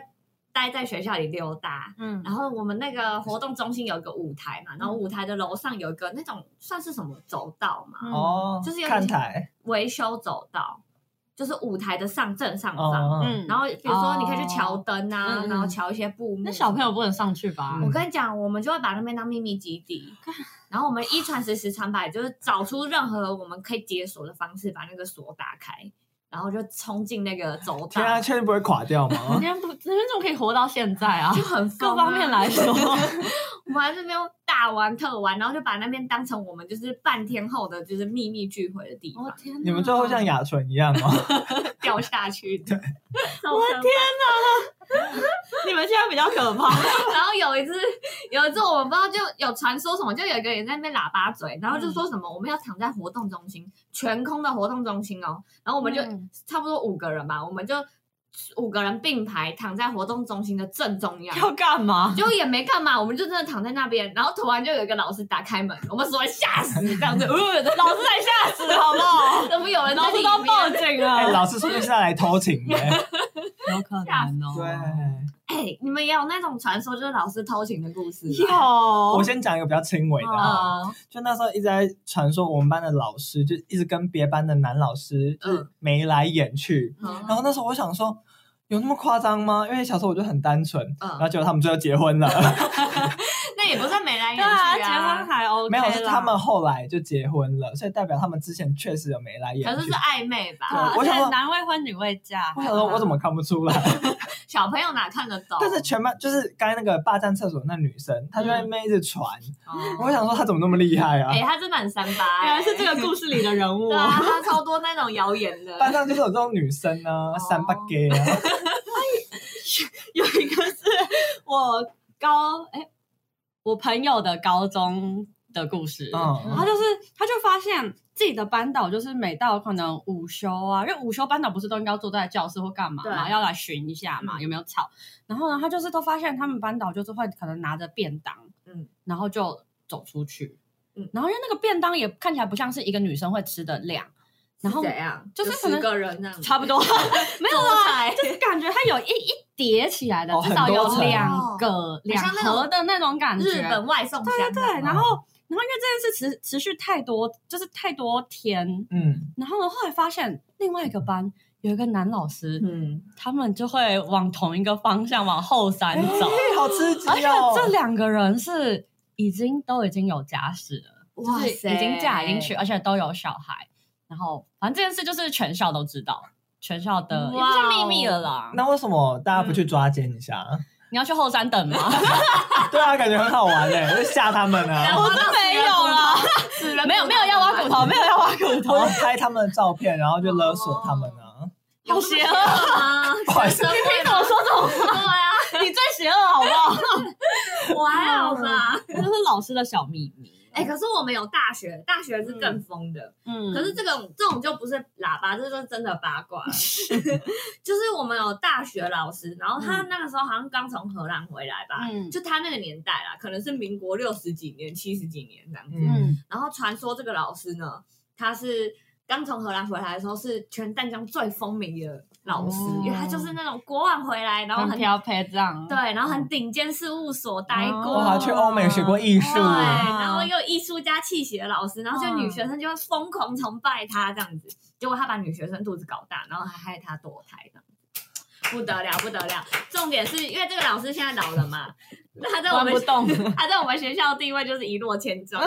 [SPEAKER 1] 待在学校里溜达。
[SPEAKER 3] 嗯
[SPEAKER 1] 然后我们那个活动中心有一个舞台嘛，然后舞台的楼上有一个那种算是什么走道嘛，
[SPEAKER 3] 嗯
[SPEAKER 2] 哦，
[SPEAKER 1] 就是有
[SPEAKER 2] 看
[SPEAKER 1] 点
[SPEAKER 2] 台，
[SPEAKER 1] 维修走道，就是舞台的上正上方。
[SPEAKER 2] 哦，嗯，
[SPEAKER 3] 嗯，
[SPEAKER 1] 然后比如说你可以去
[SPEAKER 3] 哦
[SPEAKER 1] 瞧灯啊，
[SPEAKER 3] 嗯嗯
[SPEAKER 1] 然后瞧一些布幕。
[SPEAKER 3] 那小朋友不能上去吧？
[SPEAKER 1] 我
[SPEAKER 2] 嗯
[SPEAKER 1] 跟你讲，我们就会把那边当秘密基 地，然后我们一传十，十传百，就是找出任何我们可以解锁的方式，把那个锁打开，然后就冲进那个 走
[SPEAKER 2] 天啊，
[SPEAKER 1] 道，
[SPEAKER 2] 确定不会垮掉
[SPEAKER 3] 今
[SPEAKER 2] 吗？
[SPEAKER 3] 天不，今天怎么可以活到现在啊哦
[SPEAKER 1] 就？很疯啊
[SPEAKER 3] 各方面，来 说，
[SPEAKER 1] 我们还这边大玩特玩，然后就把那边当成我们就是半天后的就是秘密聚会的地方，
[SPEAKER 3] 天哪
[SPEAKER 2] 你们最后像雅纯一样 哦，
[SPEAKER 1] 掉下去的。
[SPEAKER 3] 我
[SPEAKER 1] 我
[SPEAKER 3] 天！啊 你们现在比较可怕，
[SPEAKER 2] 嗯
[SPEAKER 1] 然后有一次，有一次我们不知道就有传说什么，就有一个人在那边喇叭嘴，然后
[SPEAKER 3] 嗯
[SPEAKER 1] 就说什么我们要躺在活动中心，全空的活动中心哦。然后我们就
[SPEAKER 3] 嗯
[SPEAKER 1] 差不多五个人吧，我们就五个人并排躺在活动中心的正中央。
[SPEAKER 3] 要干嘛？
[SPEAKER 1] 就也没干嘛，我们就真的躺在那边，然后突然就有一个老师打开门，我们所有人吓死这样子，呃，
[SPEAKER 3] 老师才吓死好 不好？
[SPEAKER 1] 怎么有人在
[SPEAKER 3] 老
[SPEAKER 1] 里
[SPEAKER 3] 师都
[SPEAKER 1] 面
[SPEAKER 3] 报警
[SPEAKER 2] 哎，
[SPEAKER 3] 了，
[SPEAKER 2] 老师说不定是要来偷情 的。
[SPEAKER 3] 有可能哦。
[SPEAKER 2] 对，
[SPEAKER 1] 哎、你们也有那种传说，就是老师偷情的故事吧？
[SPEAKER 3] 有，
[SPEAKER 2] 我
[SPEAKER 3] 我
[SPEAKER 2] 先讲一个比较轻 微的啊，
[SPEAKER 1] 哦，
[SPEAKER 2] 就那时候一直在传说我们班的老师就一直跟别班的男老师就是眉来眼去，
[SPEAKER 1] 嗯
[SPEAKER 2] 然后那时候我想说。有那么夸张吗？因为小时候我就很单纯，
[SPEAKER 1] 嗯
[SPEAKER 2] 然后结果他们最后结婚了，
[SPEAKER 1] 那也不算没来眼
[SPEAKER 3] 对
[SPEAKER 1] 去
[SPEAKER 3] 啊，结婚还 OK，
[SPEAKER 2] 没有是
[SPEAKER 3] 啦
[SPEAKER 2] 他们后来就结婚了，所以代表他们之前确实有眉来眼去。
[SPEAKER 1] 可是是暧昧吧？
[SPEAKER 3] 对啊
[SPEAKER 2] 对我
[SPEAKER 3] 而
[SPEAKER 2] 想
[SPEAKER 3] 且
[SPEAKER 2] 说
[SPEAKER 3] 男未婚女未嫁，
[SPEAKER 2] 我想说，我怎么看不出来？
[SPEAKER 1] 小朋友哪看得懂？
[SPEAKER 2] 但是全班就是刚才那个霸占厕所那女生，她就在那边一直传，
[SPEAKER 1] 哦，
[SPEAKER 2] 我想说她怎么那么厉害啊
[SPEAKER 1] 哎、？他真的很三八、哎
[SPEAKER 3] 原来是这个故事里的人物哦
[SPEAKER 1] 对。 啊，他超多那种谣言的。
[SPEAKER 2] 班上就是有这种女生啊，三八 gay 啊，
[SPEAKER 3] 有一个是我高哎、我朋友的高中的故事，
[SPEAKER 2] 嗯
[SPEAKER 3] 他就是他就发现自己的班导就是每到可能午休啊，因为午休班导不是都应该坐在教室或干嘛
[SPEAKER 1] 对嗯
[SPEAKER 3] 嘛，要来巡一下嘛，有没有吵？然后呢，他就是都发现他们班导就是会可能拿着便当，
[SPEAKER 1] 嗯
[SPEAKER 3] 嗯，然后就走出去，
[SPEAKER 1] 嗯
[SPEAKER 3] 嗯，然后因为那个便当也看起来不像是一个女生会吃的量，然后
[SPEAKER 1] 是怎样？
[SPEAKER 3] 就是
[SPEAKER 1] 有
[SPEAKER 3] 可能
[SPEAKER 1] 十个人这样子，
[SPEAKER 3] 差不 多没有
[SPEAKER 1] 多
[SPEAKER 3] 啦，
[SPEAKER 1] 嗯菜
[SPEAKER 3] 就是感觉它有一一叠起来的
[SPEAKER 2] 哦，
[SPEAKER 3] 至少
[SPEAKER 2] 很多
[SPEAKER 3] 有
[SPEAKER 2] 层
[SPEAKER 3] 两个两
[SPEAKER 1] 哦像那种
[SPEAKER 3] 盒的那种感觉，
[SPEAKER 1] 日本嗯外送箱
[SPEAKER 3] 对对对，
[SPEAKER 1] 这样
[SPEAKER 3] 然后然后因为这件事持持续太多，就是太多天，
[SPEAKER 2] 嗯，
[SPEAKER 3] 然后呢，后来发现另外一个班有一个男老师，
[SPEAKER 1] 嗯，
[SPEAKER 3] 他们就会往同一个方向往后山
[SPEAKER 2] 哎
[SPEAKER 1] 哦
[SPEAKER 3] 走，，
[SPEAKER 2] 好刺激
[SPEAKER 3] 而且
[SPEAKER 2] 哦！
[SPEAKER 3] 这两个人是已经都已经有家室了，就
[SPEAKER 1] 哇
[SPEAKER 3] 是
[SPEAKER 1] 塞，
[SPEAKER 3] 已经嫁已经娶，而且都有小孩，然后反正这件事就是全校都知道。全校的也不
[SPEAKER 1] 哇哦
[SPEAKER 3] 是秘密了啦，
[SPEAKER 2] 那为什么大家不
[SPEAKER 1] 嗯
[SPEAKER 2] 去抓奸一下？
[SPEAKER 3] 你要去后山等 吗？
[SPEAKER 2] 对啊，感觉很好玩哎，就吓他们
[SPEAKER 1] 然
[SPEAKER 2] 啊！
[SPEAKER 1] 后
[SPEAKER 3] 我真没有啦
[SPEAKER 1] 死人骨头，
[SPEAKER 3] 没有没有要挖骨头，没有要挖骨
[SPEAKER 2] 或
[SPEAKER 3] 头，
[SPEAKER 2] 者拍他们的照片，然后就勒索他们啊！
[SPEAKER 1] 有
[SPEAKER 3] 好
[SPEAKER 1] 这么
[SPEAKER 3] 邪恶
[SPEAKER 1] 恶吗？
[SPEAKER 2] 不好意思
[SPEAKER 1] 学生会
[SPEAKER 3] 你怎么说这种话？
[SPEAKER 1] 对啊，
[SPEAKER 3] 你最邪恶好不好？
[SPEAKER 1] 我还好吧。
[SPEAKER 3] 这是老师的小秘密。
[SPEAKER 1] 哎、可是我们有大学，大学是更疯的。
[SPEAKER 3] 嗯
[SPEAKER 1] 可是这种这种就不是喇叭，这就是真的八卦。 就是我们有大学老师，然后他那个时候好像刚从荷兰回来吧，
[SPEAKER 3] 嗯
[SPEAKER 1] 就他那个年代啦，可能是民国六十几年、七十几年这样子。
[SPEAKER 2] 嗯
[SPEAKER 3] 嗯
[SPEAKER 1] 然后传说这个老师呢，他是刚从荷兰回来的时候是全淡江最风靡的老师，
[SPEAKER 3] 哦
[SPEAKER 1] 因为他就是那种国外回来，然后
[SPEAKER 3] 很
[SPEAKER 1] 很
[SPEAKER 3] 漂哦配这样，
[SPEAKER 1] 对，然后很顶尖事务所待过，
[SPEAKER 2] 我还去欧美学过艺术
[SPEAKER 1] 对，
[SPEAKER 3] 哇
[SPEAKER 1] 然后又有艺术家气息的老师，然后就女
[SPEAKER 3] 嗯
[SPEAKER 1] 学生就会疯狂崇拜他这样子，结果他把女学生肚子搞大，然后还害她堕胎这样子，不得了不得了！重点是因为这个老师现在老了嘛，那他在我
[SPEAKER 3] 玩
[SPEAKER 1] 们
[SPEAKER 3] 不动。
[SPEAKER 1] 他在我们学校的地位就是一落千 丈，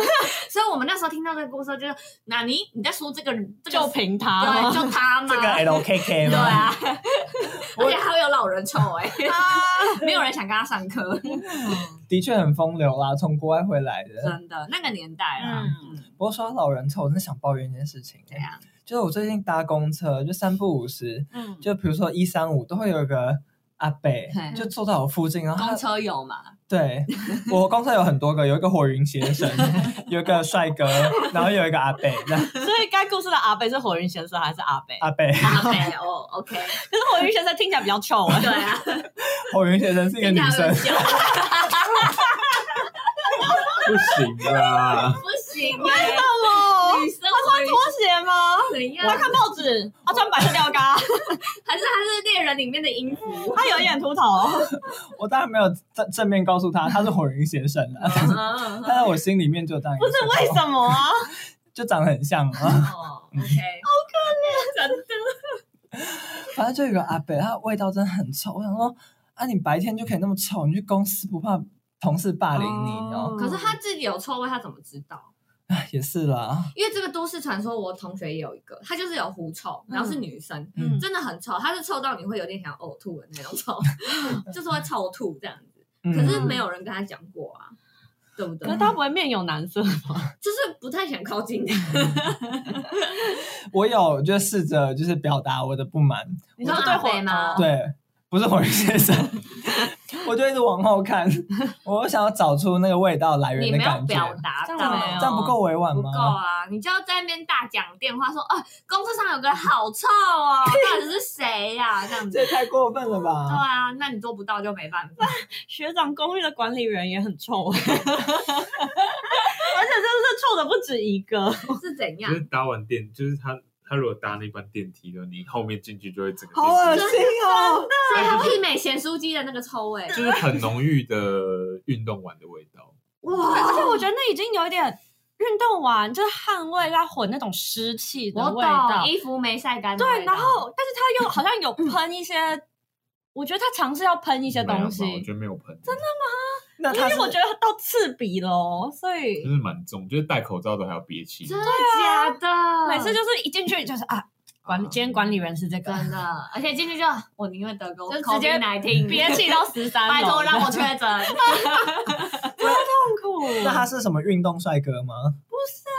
[SPEAKER 1] 所以我们那时候听到这个故事就是，那你你在说这个这
[SPEAKER 3] 就
[SPEAKER 1] 个
[SPEAKER 3] 凭他
[SPEAKER 1] 对，就他嘛，
[SPEAKER 2] 这个 LKK
[SPEAKER 1] 对
[SPEAKER 2] 吗？
[SPEAKER 1] 啊， 而且还会有老人臭哎、
[SPEAKER 3] 啊
[SPEAKER 1] 没有人想跟他上课，
[SPEAKER 2] 的确很风流啦，从国外回来的。
[SPEAKER 1] 真的那个年代啊，
[SPEAKER 3] 嗯
[SPEAKER 2] 不过说到老人臭，我真的想抱怨一件事情，欸
[SPEAKER 1] 对啊，
[SPEAKER 2] 就是我最近搭公车，就三不五时，
[SPEAKER 3] 嗯，
[SPEAKER 2] 就比如说一三五都会有一个阿伯
[SPEAKER 3] 嘿，
[SPEAKER 2] 就坐在我附近，然后
[SPEAKER 1] 公
[SPEAKER 2] 他
[SPEAKER 1] 车有嘛，
[SPEAKER 2] 对我公车有很多个，有一个火云邪神， 有一个帅哥，然后有一个阿伯，这样
[SPEAKER 3] 所以该故事的阿贝是火云先生还是阿贝？
[SPEAKER 2] 阿伯
[SPEAKER 1] 阿 北哦，OK，
[SPEAKER 3] 可是火云先生听起来比较臭哎。
[SPEAKER 1] 对啊，
[SPEAKER 2] 火云邪神是一个女生
[SPEAKER 1] 听，起来很
[SPEAKER 4] 不行啊啦
[SPEAKER 1] 久，不行哎、
[SPEAKER 3] 哦，
[SPEAKER 1] 女生
[SPEAKER 3] 他穿拖鞋吗？
[SPEAKER 1] 怎样？
[SPEAKER 3] 他看报纸，他穿白色吊嘎，
[SPEAKER 1] 还是他是猎人里面的音符？
[SPEAKER 3] 他有一点秃头。
[SPEAKER 2] 我当然没有正正面告诉他他是火云邪神了，但是
[SPEAKER 1] 嗯
[SPEAKER 2] 但在我心里面就有这样一
[SPEAKER 3] 不
[SPEAKER 2] 个
[SPEAKER 3] 是
[SPEAKER 2] 想法，
[SPEAKER 3] 为什么啊？
[SPEAKER 2] 就长得很像嘛。
[SPEAKER 1] 哦，OK，好可怜，
[SPEAKER 2] 嗯
[SPEAKER 1] 真的。
[SPEAKER 2] 反正就有一个阿伯，他味道真的很臭。我想说，啊，你白天就可以那么臭，你去公司不怕同事霸凌你哦？
[SPEAKER 3] 哦
[SPEAKER 1] 可是他自己有臭味，他怎么知道？
[SPEAKER 2] 唉也是啦，
[SPEAKER 1] 因为这个都市传说，我同学也有一个，她就是有狐臭，然后是女生，
[SPEAKER 2] 嗯
[SPEAKER 1] 真的很臭，她是臭到你会有点想呕吐的那种 臭，就是会臭吐这样子。
[SPEAKER 2] 嗯
[SPEAKER 1] 可是没有人跟她讲过啊，对不对
[SPEAKER 3] 可是？他不会面有难色吗？
[SPEAKER 1] 就是不太想靠近她。
[SPEAKER 2] 我有就试着就是表达我的不满，
[SPEAKER 3] 你说对火呃
[SPEAKER 1] 吗？
[SPEAKER 2] 对，不是火云先 生，我就一直往后看，我就想要找出那个味道来
[SPEAKER 1] 你
[SPEAKER 2] 源的
[SPEAKER 1] 没有
[SPEAKER 2] 感觉。
[SPEAKER 1] 表达到，
[SPEAKER 3] 这样没有
[SPEAKER 2] 这样不够委婉
[SPEAKER 1] 不
[SPEAKER 2] 吗？
[SPEAKER 1] 够啊！你就要在那边大讲电话说，啊，公车上有个人好臭哦， 到底是谁呀、这样子
[SPEAKER 2] 这。也太过分了
[SPEAKER 1] 对
[SPEAKER 2] 吧！
[SPEAKER 1] 啊，那你做不到就没办 法。
[SPEAKER 3] 学长公寓的管理员也很臭， 而且真的是臭的不止一个。
[SPEAKER 1] 是怎
[SPEAKER 4] 就
[SPEAKER 1] 样？
[SPEAKER 4] 是搭完电，就是他他如果搭那班电梯的，你后面进去就会整个
[SPEAKER 2] 好恶
[SPEAKER 4] 电
[SPEAKER 2] 心哦！
[SPEAKER 1] 所以它媲美咸酥鸡的那个臭味
[SPEAKER 4] 梯，。就是很浓郁的运动完的味道。
[SPEAKER 1] 哇！
[SPEAKER 3] 而且我觉得那已经有一点运动完就是汗味再混那种湿气的
[SPEAKER 1] 我
[SPEAKER 3] 味道
[SPEAKER 1] 懂，，衣服没晒干的
[SPEAKER 3] 对，
[SPEAKER 1] 味道。
[SPEAKER 3] 然后但是他又好像有喷一些，我觉得他尝试要喷一
[SPEAKER 4] 一
[SPEAKER 3] 些东
[SPEAKER 4] 我
[SPEAKER 3] 西，
[SPEAKER 4] 觉得没有喷，真的
[SPEAKER 2] 那
[SPEAKER 3] 因
[SPEAKER 2] 他是
[SPEAKER 3] 为我觉得到刺鼻喽，所
[SPEAKER 4] 就
[SPEAKER 3] 以
[SPEAKER 4] 是蛮重，就是戴口罩都还要憋气。
[SPEAKER 1] 真的啊假的？
[SPEAKER 3] 啊每次就是一进去就是啊，管理今天管理员是这个，
[SPEAKER 1] 真的，而且进去就哦我宁愿得个
[SPEAKER 3] 就直接
[SPEAKER 1] 来听，
[SPEAKER 3] 憋气到十三，
[SPEAKER 1] 拜托让我确诊。
[SPEAKER 3] 痛苦。
[SPEAKER 2] 那他是什么运动帅哥吗？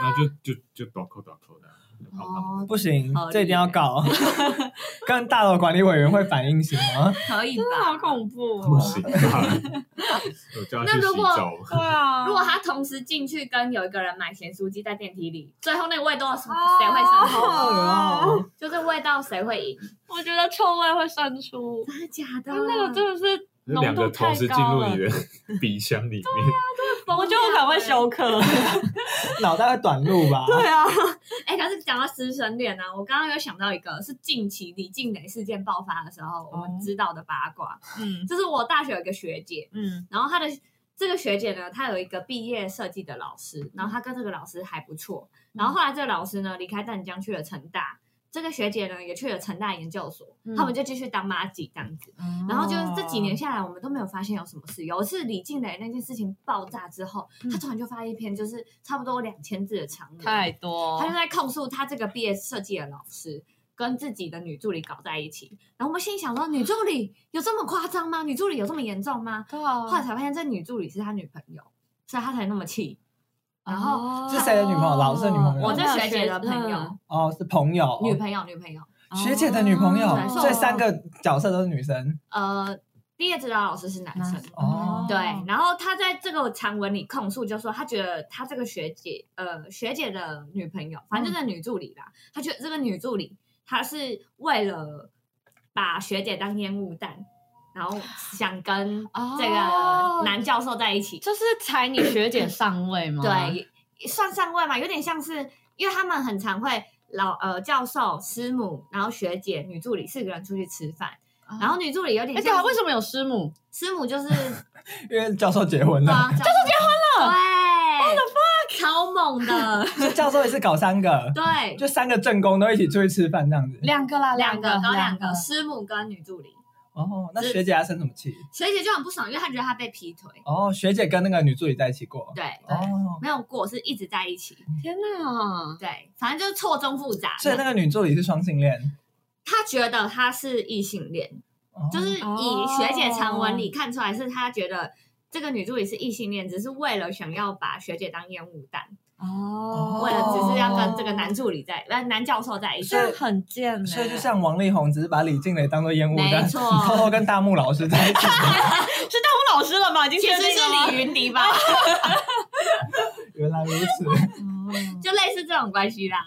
[SPEAKER 4] 然后就就就短扣短扣的，啊好吧
[SPEAKER 1] 哦，
[SPEAKER 2] 不行
[SPEAKER 1] 合，理
[SPEAKER 2] 这一定要告， 跟大楼管理委员会反映行吗？
[SPEAKER 1] 可以
[SPEAKER 3] 真的好
[SPEAKER 1] 吧？
[SPEAKER 3] 恐怖
[SPEAKER 4] 不
[SPEAKER 3] 哦！
[SPEAKER 4] 行吧？我叫他去洗澡。
[SPEAKER 3] 对啊，
[SPEAKER 1] 如果他同时进去跟有一个人买咸酥鸡在电梯里，最后那个味道谁
[SPEAKER 3] 哦
[SPEAKER 1] 会胜出？
[SPEAKER 2] 好恶哦
[SPEAKER 1] 就是味道谁会赢？
[SPEAKER 3] 我觉得臭味会渗 出，
[SPEAKER 1] 真的假的
[SPEAKER 3] 但那个真的是浓
[SPEAKER 4] 两
[SPEAKER 3] 度
[SPEAKER 4] 个
[SPEAKER 3] 太
[SPEAKER 4] 同时进
[SPEAKER 3] 高
[SPEAKER 4] 入
[SPEAKER 3] 了
[SPEAKER 4] 你。的 鼻箱里面，
[SPEAKER 3] 我觉得我可能会休克。
[SPEAKER 2] 脑袋会短路吧？
[SPEAKER 3] 啊，
[SPEAKER 1] 哎、可是讲到师生恋呢、啊，我刚刚有想到一个，是近期李静蕾事件爆发的时候，我们知道的八卦，
[SPEAKER 3] 嗯
[SPEAKER 1] 就是我大学有一个学姐，
[SPEAKER 3] 嗯
[SPEAKER 1] 然后她的这个学姐呢，她有一个毕业设计的老师，然后她跟这个老师还不错，然后后来这个老师呢离开淡江去了成大，这个学姐呢也去了成大研究所，
[SPEAKER 3] 嗯
[SPEAKER 1] 他们就继续当妈吉这样子。然后就是这几
[SPEAKER 3] 哦
[SPEAKER 1] 年下来，我们都没有发现有什么事。有一次李静蕾那件事情爆炸之后，
[SPEAKER 3] 嗯
[SPEAKER 1] 她突然就发一篇就是差不多两千字的长文，
[SPEAKER 3] 太多
[SPEAKER 1] 他就，在控诉他这个毕业设计的老师跟自己的女助理搞在一起。然后我们心里想说，女助理有这么夸张吗？女助理有这么严重吗？
[SPEAKER 3] 对
[SPEAKER 1] 后来
[SPEAKER 3] 啊，
[SPEAKER 1] 才发现，这女助理是他女朋友，所以他才那么气。然后
[SPEAKER 3] 哦
[SPEAKER 2] 是谁的女朋友老师的女朋友
[SPEAKER 1] 哦我这哦学姐的嗯朋
[SPEAKER 3] 嗯
[SPEAKER 1] 友，哦
[SPEAKER 2] 哦，是朋友，
[SPEAKER 1] 女朋友，哦女朋友，
[SPEAKER 2] 学姐的女朋友
[SPEAKER 3] 哦
[SPEAKER 1] 对，
[SPEAKER 2] 所以三个角色都是女生。
[SPEAKER 1] 呃，毕业指导老师是男生
[SPEAKER 3] 男。
[SPEAKER 2] 哦
[SPEAKER 1] 对，然后他在这个长文里控诉，就说他觉得他这个学姐，呃，学姐的女朋友，反正
[SPEAKER 3] 嗯
[SPEAKER 1] 就是女助理啦，他觉得这个女助理，她是为了把学姐当烟雾弹，然后想跟
[SPEAKER 3] 哦
[SPEAKER 1] 这个男教授在一起，
[SPEAKER 3] 就是踩你学姐上位吗？
[SPEAKER 1] 对，算上位嘛，有点像是，因为他们很常会老呃教授、师母，然后学姐、女助理四个人出去吃饭，
[SPEAKER 3] 啊
[SPEAKER 1] 然后女助理有点
[SPEAKER 3] 哎，对
[SPEAKER 1] 像
[SPEAKER 3] 啊，
[SPEAKER 1] 是
[SPEAKER 3] 为什么有师母？
[SPEAKER 1] 师母就是
[SPEAKER 2] 因为教授结婚
[SPEAKER 1] 对
[SPEAKER 2] 了
[SPEAKER 1] 啊，，教授结婚了，对，我的 fuck，超猛 的，
[SPEAKER 2] 所以教授也是搞三个，
[SPEAKER 1] 对，
[SPEAKER 2] 就三个正宫都一起出去吃饭这样子。
[SPEAKER 3] 两个啦，
[SPEAKER 1] 两个
[SPEAKER 3] 个，
[SPEAKER 1] 搞两个，师母跟女助理，
[SPEAKER 2] 哦，那学姐还生什么气？
[SPEAKER 1] 学姐就很不爽，因为她觉得她被劈腿，
[SPEAKER 2] 哦，学姐跟那个女助理在一起过。
[SPEAKER 1] 对，
[SPEAKER 2] 哦，
[SPEAKER 1] 没有过是一直在一起，
[SPEAKER 3] 天哪！
[SPEAKER 1] 对，反正就是错综复杂，
[SPEAKER 2] 所以那个女助理是双性恋，
[SPEAKER 1] 她觉得她是异性恋。
[SPEAKER 2] 哦
[SPEAKER 1] 就是以
[SPEAKER 3] 哦
[SPEAKER 1] 学姐长文里看出来，是她觉得这个女助理是异性恋，只是为了想要把学姐当烟雾弹，
[SPEAKER 3] 哦
[SPEAKER 1] 为了只是要跟这个男助理在，呃，男教授在一起
[SPEAKER 2] 所。
[SPEAKER 3] 这很贱欸，
[SPEAKER 2] 所以就像王力宏只是把李静蕾当做烟雾弹，
[SPEAKER 1] 没错
[SPEAKER 2] 偷偷跟大木老师在 一起，
[SPEAKER 3] 是大陆老师了吗？已经
[SPEAKER 1] 其
[SPEAKER 3] 确
[SPEAKER 1] 实
[SPEAKER 3] 定了
[SPEAKER 1] 是
[SPEAKER 3] 吗
[SPEAKER 1] 李云迪吧，
[SPEAKER 2] 原来如此，嗯
[SPEAKER 3] 哦
[SPEAKER 1] 就类似这种关系啦，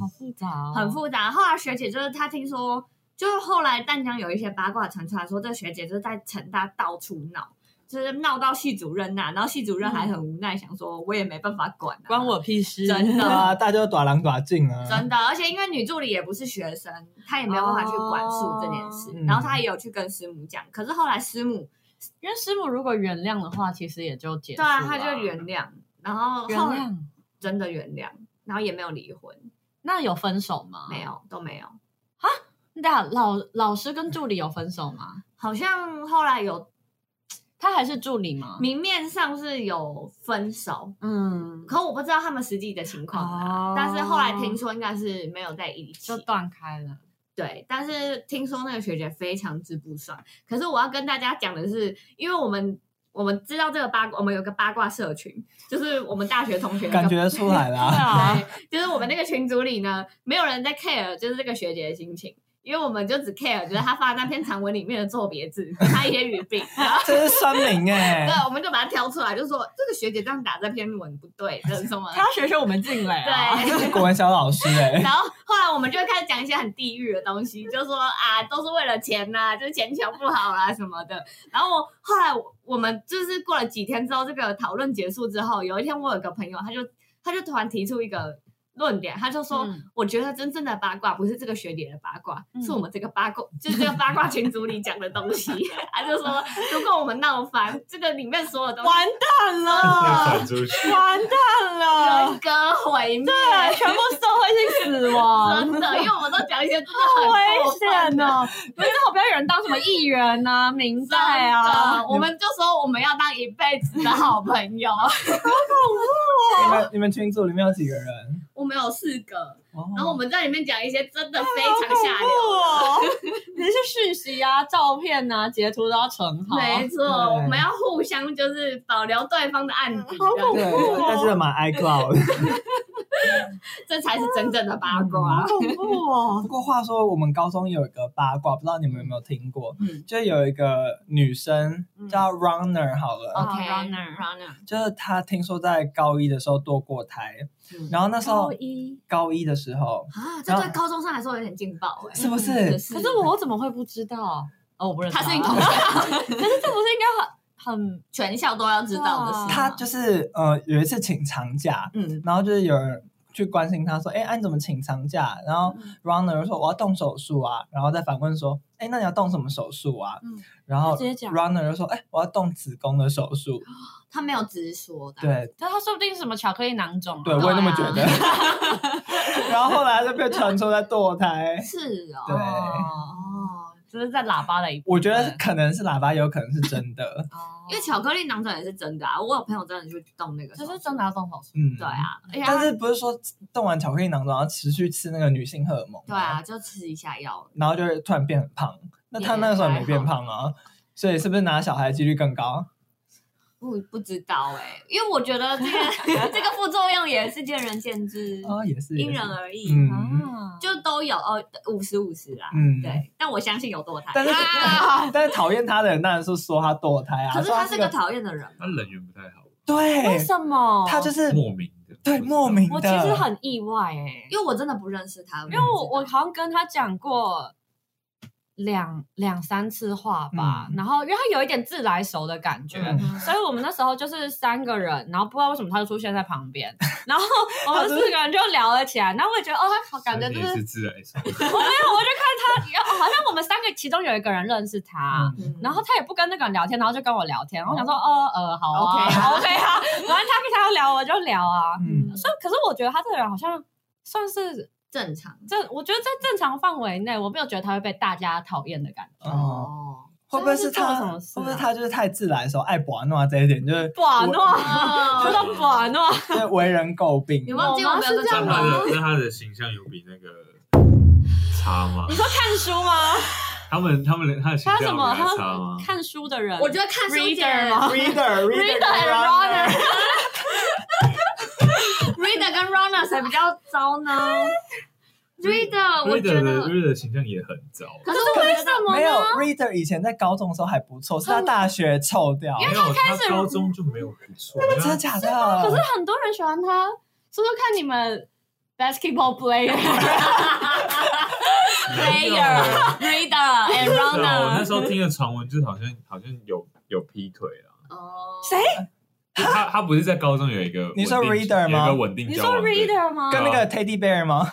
[SPEAKER 3] 好复杂哦，
[SPEAKER 1] 很复杂。后来学姐就是她听说，就是后来淡江有一些八卦传出来说，这学姐就是在成大到处闹，就是闹到系主任那、然后系主任还很无奈，想说我也没办法管、啊，
[SPEAKER 3] 嗯关我屁事，
[SPEAKER 1] 真
[SPEAKER 2] 对
[SPEAKER 1] 的
[SPEAKER 2] 啊，大家都短狼短进啊，
[SPEAKER 1] 真的，而且因为女助理也不是学生，她也没有办法去管束这件事。
[SPEAKER 2] 哦
[SPEAKER 1] 然后她
[SPEAKER 3] 嗯
[SPEAKER 1] 也有去跟师母讲，可是后来师母
[SPEAKER 3] 因为师母如果原谅的话，其实也就结束
[SPEAKER 1] 对
[SPEAKER 3] 了
[SPEAKER 1] 啊，她就原谅，然后
[SPEAKER 3] 原
[SPEAKER 1] 后来
[SPEAKER 3] 谅。
[SPEAKER 1] 真的原谅，然后也没有离婚，
[SPEAKER 3] 那有分手吗？
[SPEAKER 1] 没。有都没有。
[SPEAKER 3] 那老老师跟助理有分手吗？
[SPEAKER 1] 好像后来有
[SPEAKER 3] 他还是助理吗？
[SPEAKER 1] 明面上是有分手，
[SPEAKER 3] 嗯，
[SPEAKER 1] 可我不知道他们实际的情况啊。
[SPEAKER 3] 哦
[SPEAKER 1] 但是后来听说应该是没有在一起
[SPEAKER 3] 就，断开了。
[SPEAKER 1] 对，但是听说那个学姐非常之不爽。可是我要跟大家讲的是，因为我们我们知道这个八卦，我们有个八卦社群，就是我们大学同学那
[SPEAKER 2] 感
[SPEAKER 1] 个。
[SPEAKER 2] 觉出来
[SPEAKER 3] 对
[SPEAKER 2] 啦，
[SPEAKER 3] 啊，
[SPEAKER 1] 对，就是我们那个群组里呢，没有人在 care，就是这个学姐的心情，因为我们就只 care，就是她发的那篇长文里面的作别字，她一些语 病，然后
[SPEAKER 2] 这是酸民哎
[SPEAKER 1] 对，，我们就把它挑出来，就说这个学姐这样打这篇文不对，这是什么？
[SPEAKER 3] 他学学我们进来啊。
[SPEAKER 1] 对，
[SPEAKER 2] 是国文小老师哎，
[SPEAKER 1] 然后后来我们就会开始讲一些很地域的东西，就说啊，都是为了钱呐、 就是钱求不好啦、什么的。然后后来我我们就是过了几天之后，这个讨论结束之后，有一天我有个朋友，他就他就突然提出一个论点，他就说。
[SPEAKER 3] 嗯
[SPEAKER 1] 我觉得真正的八卦不是这个学姐的八卦，
[SPEAKER 3] 嗯
[SPEAKER 1] 是我们这个八卦， 就是这个八卦群组里讲的东 西。他就说，如果我们闹翻，这个里面所有东西
[SPEAKER 3] 完蛋
[SPEAKER 4] 要
[SPEAKER 3] 了
[SPEAKER 4] 闪，出去。
[SPEAKER 3] 完蛋
[SPEAKER 1] 人
[SPEAKER 3] 了，
[SPEAKER 1] 格毁灭，
[SPEAKER 3] 对，全部社会性死亡，
[SPEAKER 1] 真的，因为我们都讲一些真的
[SPEAKER 3] 好
[SPEAKER 1] 很过
[SPEAKER 3] 危
[SPEAKER 1] 分的
[SPEAKER 3] 险哦！你最好不要有人当什么议员呐、民
[SPEAKER 1] 真
[SPEAKER 3] 代啊
[SPEAKER 1] 的，，我们就说我们要当一辈子的好朋友。啊
[SPEAKER 2] 你们你们群组里面有几个人？
[SPEAKER 1] 我们有四个，
[SPEAKER 2] 哦
[SPEAKER 1] 然后我们在里面讲一些真的非
[SPEAKER 3] 好
[SPEAKER 1] 常
[SPEAKER 3] 恐
[SPEAKER 1] 下流。
[SPEAKER 3] 怖哦！你是讯息啊、照片啊、截图都要存好。
[SPEAKER 1] 没错，
[SPEAKER 2] 对
[SPEAKER 1] 我们要互相就是保留对方的案底。
[SPEAKER 3] 好恐怖
[SPEAKER 1] 这样
[SPEAKER 2] 对，但是蛮 iCloud，
[SPEAKER 1] 这才是真正的八卦。
[SPEAKER 2] 嗯
[SPEAKER 3] 恐怖哦
[SPEAKER 2] 不！过话说，我们高中有一个八卦，不知道你们有没有听过？
[SPEAKER 1] 嗯
[SPEAKER 2] 就有一个女生
[SPEAKER 3] 嗯哦
[SPEAKER 2] 叫 Runner 好了，
[SPEAKER 1] ，OK，啊
[SPEAKER 3] 好
[SPEAKER 1] runner
[SPEAKER 3] runner
[SPEAKER 1] runner，
[SPEAKER 2] 就是她听说在高一的时候堕过胎，
[SPEAKER 1] 嗯
[SPEAKER 2] 然后那时候
[SPEAKER 3] 高一
[SPEAKER 2] 高一的时候
[SPEAKER 1] 啊，这
[SPEAKER 2] 然后
[SPEAKER 1] 对高中生来说有点劲爆哎、
[SPEAKER 2] 是不是？
[SPEAKER 1] 可
[SPEAKER 3] 嗯可是我怎么会不知道？哦，我不认识
[SPEAKER 1] 他是你同
[SPEAKER 3] 可
[SPEAKER 1] 学，
[SPEAKER 3] 是这不是应该很很
[SPEAKER 1] 全校都要知道的事吗。
[SPEAKER 2] 她就是呃有一次请长假，
[SPEAKER 1] 嗯，
[SPEAKER 2] 然后就是有人去关心她说：“哎，啊、你怎么请长假？”然后
[SPEAKER 3] 嗯
[SPEAKER 2] Runner 说：“我要动手术啊。”然后再反问说：“哎，那你要动什么手术啊？”
[SPEAKER 3] 嗯
[SPEAKER 2] 然后
[SPEAKER 3] 直接讲
[SPEAKER 2] Runner 就说：“哎，我要动子宫的手术。
[SPEAKER 1] 他没有直说的。，
[SPEAKER 2] 对
[SPEAKER 3] 但他说不定是什么巧克力囊肿、啊。
[SPEAKER 2] 对，我也那么觉
[SPEAKER 1] 对
[SPEAKER 2] 得。然后后来就被传出在堕胎。
[SPEAKER 1] 是哦。
[SPEAKER 2] 对
[SPEAKER 1] 哦，
[SPEAKER 3] 只是在喇叭的一部分。。
[SPEAKER 2] 我觉得可能是喇叭，有可能是真的
[SPEAKER 3] 哦，
[SPEAKER 1] 因为巧克力囊肿也是真的啊，我有朋友真的去动那个手
[SPEAKER 3] 这
[SPEAKER 1] 术，
[SPEAKER 3] 是真的要动手术。
[SPEAKER 2] 嗯，
[SPEAKER 1] 对。啊，而且他
[SPEAKER 2] 但是不是说动完巧克力囊肿，然后持续吃那个女性荷尔蒙？
[SPEAKER 1] 对啊，。就吃一下药。
[SPEAKER 2] 然后就会突然变很胖，那他那个时候也没变胖啊，所以是不是拿小孩的几率更高？
[SPEAKER 1] 不不知道哎、因为我觉得这 个这个副作用也是见仁见智，
[SPEAKER 2] 哦，也是，
[SPEAKER 1] 嗯因
[SPEAKER 2] 也是
[SPEAKER 1] 人而异，
[SPEAKER 2] 嗯
[SPEAKER 3] 啊，
[SPEAKER 1] 就都有哦，五十五十啦。
[SPEAKER 2] 嗯，。
[SPEAKER 1] 对，但我相信有堕胎。
[SPEAKER 2] 但是
[SPEAKER 1] 啊
[SPEAKER 2] 但是讨厌他的人当然是说他堕胎啊，
[SPEAKER 1] 可是
[SPEAKER 2] 说
[SPEAKER 1] 他
[SPEAKER 2] 他
[SPEAKER 1] 是
[SPEAKER 2] 是嗯
[SPEAKER 1] 个讨厌的人
[SPEAKER 4] 他人缘不太好，
[SPEAKER 3] 为
[SPEAKER 2] 对，
[SPEAKER 3] 什么？
[SPEAKER 2] 他就是
[SPEAKER 4] 莫名的，
[SPEAKER 2] 对莫名的。
[SPEAKER 3] 我其实很意外哎、
[SPEAKER 1] 因为我真的不认识他，
[SPEAKER 3] 因为我我好像跟他讲过两两三次话吧，
[SPEAKER 2] 嗯
[SPEAKER 3] 然后因为他有一点自来熟的感觉。
[SPEAKER 2] 嗯
[SPEAKER 3] 所以我们那时候就是三个人，然后不知道为什么他就出现在旁边，然后我
[SPEAKER 2] 他
[SPEAKER 3] 们四
[SPEAKER 2] 就是
[SPEAKER 3] 个人就聊了起来，然后我也觉得哦，他好感觉就
[SPEAKER 4] 也
[SPEAKER 3] 是
[SPEAKER 4] 是自来熟，
[SPEAKER 3] 他，哦好像我们三个其中有一个人认识他，
[SPEAKER 1] 嗯，
[SPEAKER 3] 然后他也不跟那个人聊天，然后就跟我聊天，然后我想说，哦呃，好啊
[SPEAKER 1] OK 啊
[SPEAKER 3] OK 啊，反正他跟他聊我就聊啊。
[SPEAKER 2] 嗯，
[SPEAKER 3] 所以，可是我觉得他这个人好像算是
[SPEAKER 1] 正常
[SPEAKER 3] 正，我觉得在正常范围内，我没有觉得他会被大家讨厌的感觉。
[SPEAKER 2] 哦，
[SPEAKER 1] 哦。
[SPEAKER 2] 会不会是
[SPEAKER 3] 所以他
[SPEAKER 2] 他？
[SPEAKER 3] 是做了什么事啊
[SPEAKER 2] 会不会他就是太自来熟，爱玩弄啊这一点，就是
[SPEAKER 3] 不啊
[SPEAKER 2] 我
[SPEAKER 3] 诺，说
[SPEAKER 1] 哦
[SPEAKER 3] 到不啊诺，
[SPEAKER 2] 就是为人诟病。
[SPEAKER 1] 你忘记我们有个
[SPEAKER 3] 我
[SPEAKER 4] 那
[SPEAKER 1] 账
[SPEAKER 3] 妈
[SPEAKER 4] 他
[SPEAKER 1] 号
[SPEAKER 3] 是这样
[SPEAKER 4] 的那他的形象有比那个差吗
[SPEAKER 3] 你？说看书吗？
[SPEAKER 4] 他们他们的他的形
[SPEAKER 3] 他
[SPEAKER 4] 象
[SPEAKER 3] 什
[SPEAKER 4] 有比
[SPEAKER 3] 么？
[SPEAKER 4] 他差吗
[SPEAKER 3] 他？看书的人，
[SPEAKER 1] 我觉得看书姐
[SPEAKER 3] Reader 吗
[SPEAKER 2] reader
[SPEAKER 3] reader and runner。
[SPEAKER 1] Reader 跟 Runner 谁比较糟 呢？Reader，我
[SPEAKER 4] Reader
[SPEAKER 1] 觉
[SPEAKER 4] 的
[SPEAKER 1] 得，
[SPEAKER 4] Reader 的形象也很糟，
[SPEAKER 1] 可是我觉得
[SPEAKER 2] 没有 reader 以前在高中的时候还不错，是他大学臭掉，
[SPEAKER 4] 没有他高中就没有不错，
[SPEAKER 2] 真的假的？
[SPEAKER 3] 可是很多人喜欢他，说说看你们 basketball player，
[SPEAKER 4] 没有
[SPEAKER 1] Player、Reader and
[SPEAKER 4] 对啊我那
[SPEAKER 1] Runner，
[SPEAKER 4] 时候听的传闻就是好像好像有有劈腿啊了。
[SPEAKER 1] 哦，
[SPEAKER 3] 谁？
[SPEAKER 4] 就他他不是在高中有一个
[SPEAKER 2] 你说
[SPEAKER 4] 稳定
[SPEAKER 2] reader 吗
[SPEAKER 4] 有一个稳定
[SPEAKER 3] 你
[SPEAKER 4] 交
[SPEAKER 3] 说
[SPEAKER 4] 往对，
[SPEAKER 3] reader 吗
[SPEAKER 2] 跟那个 teddy bear 吗？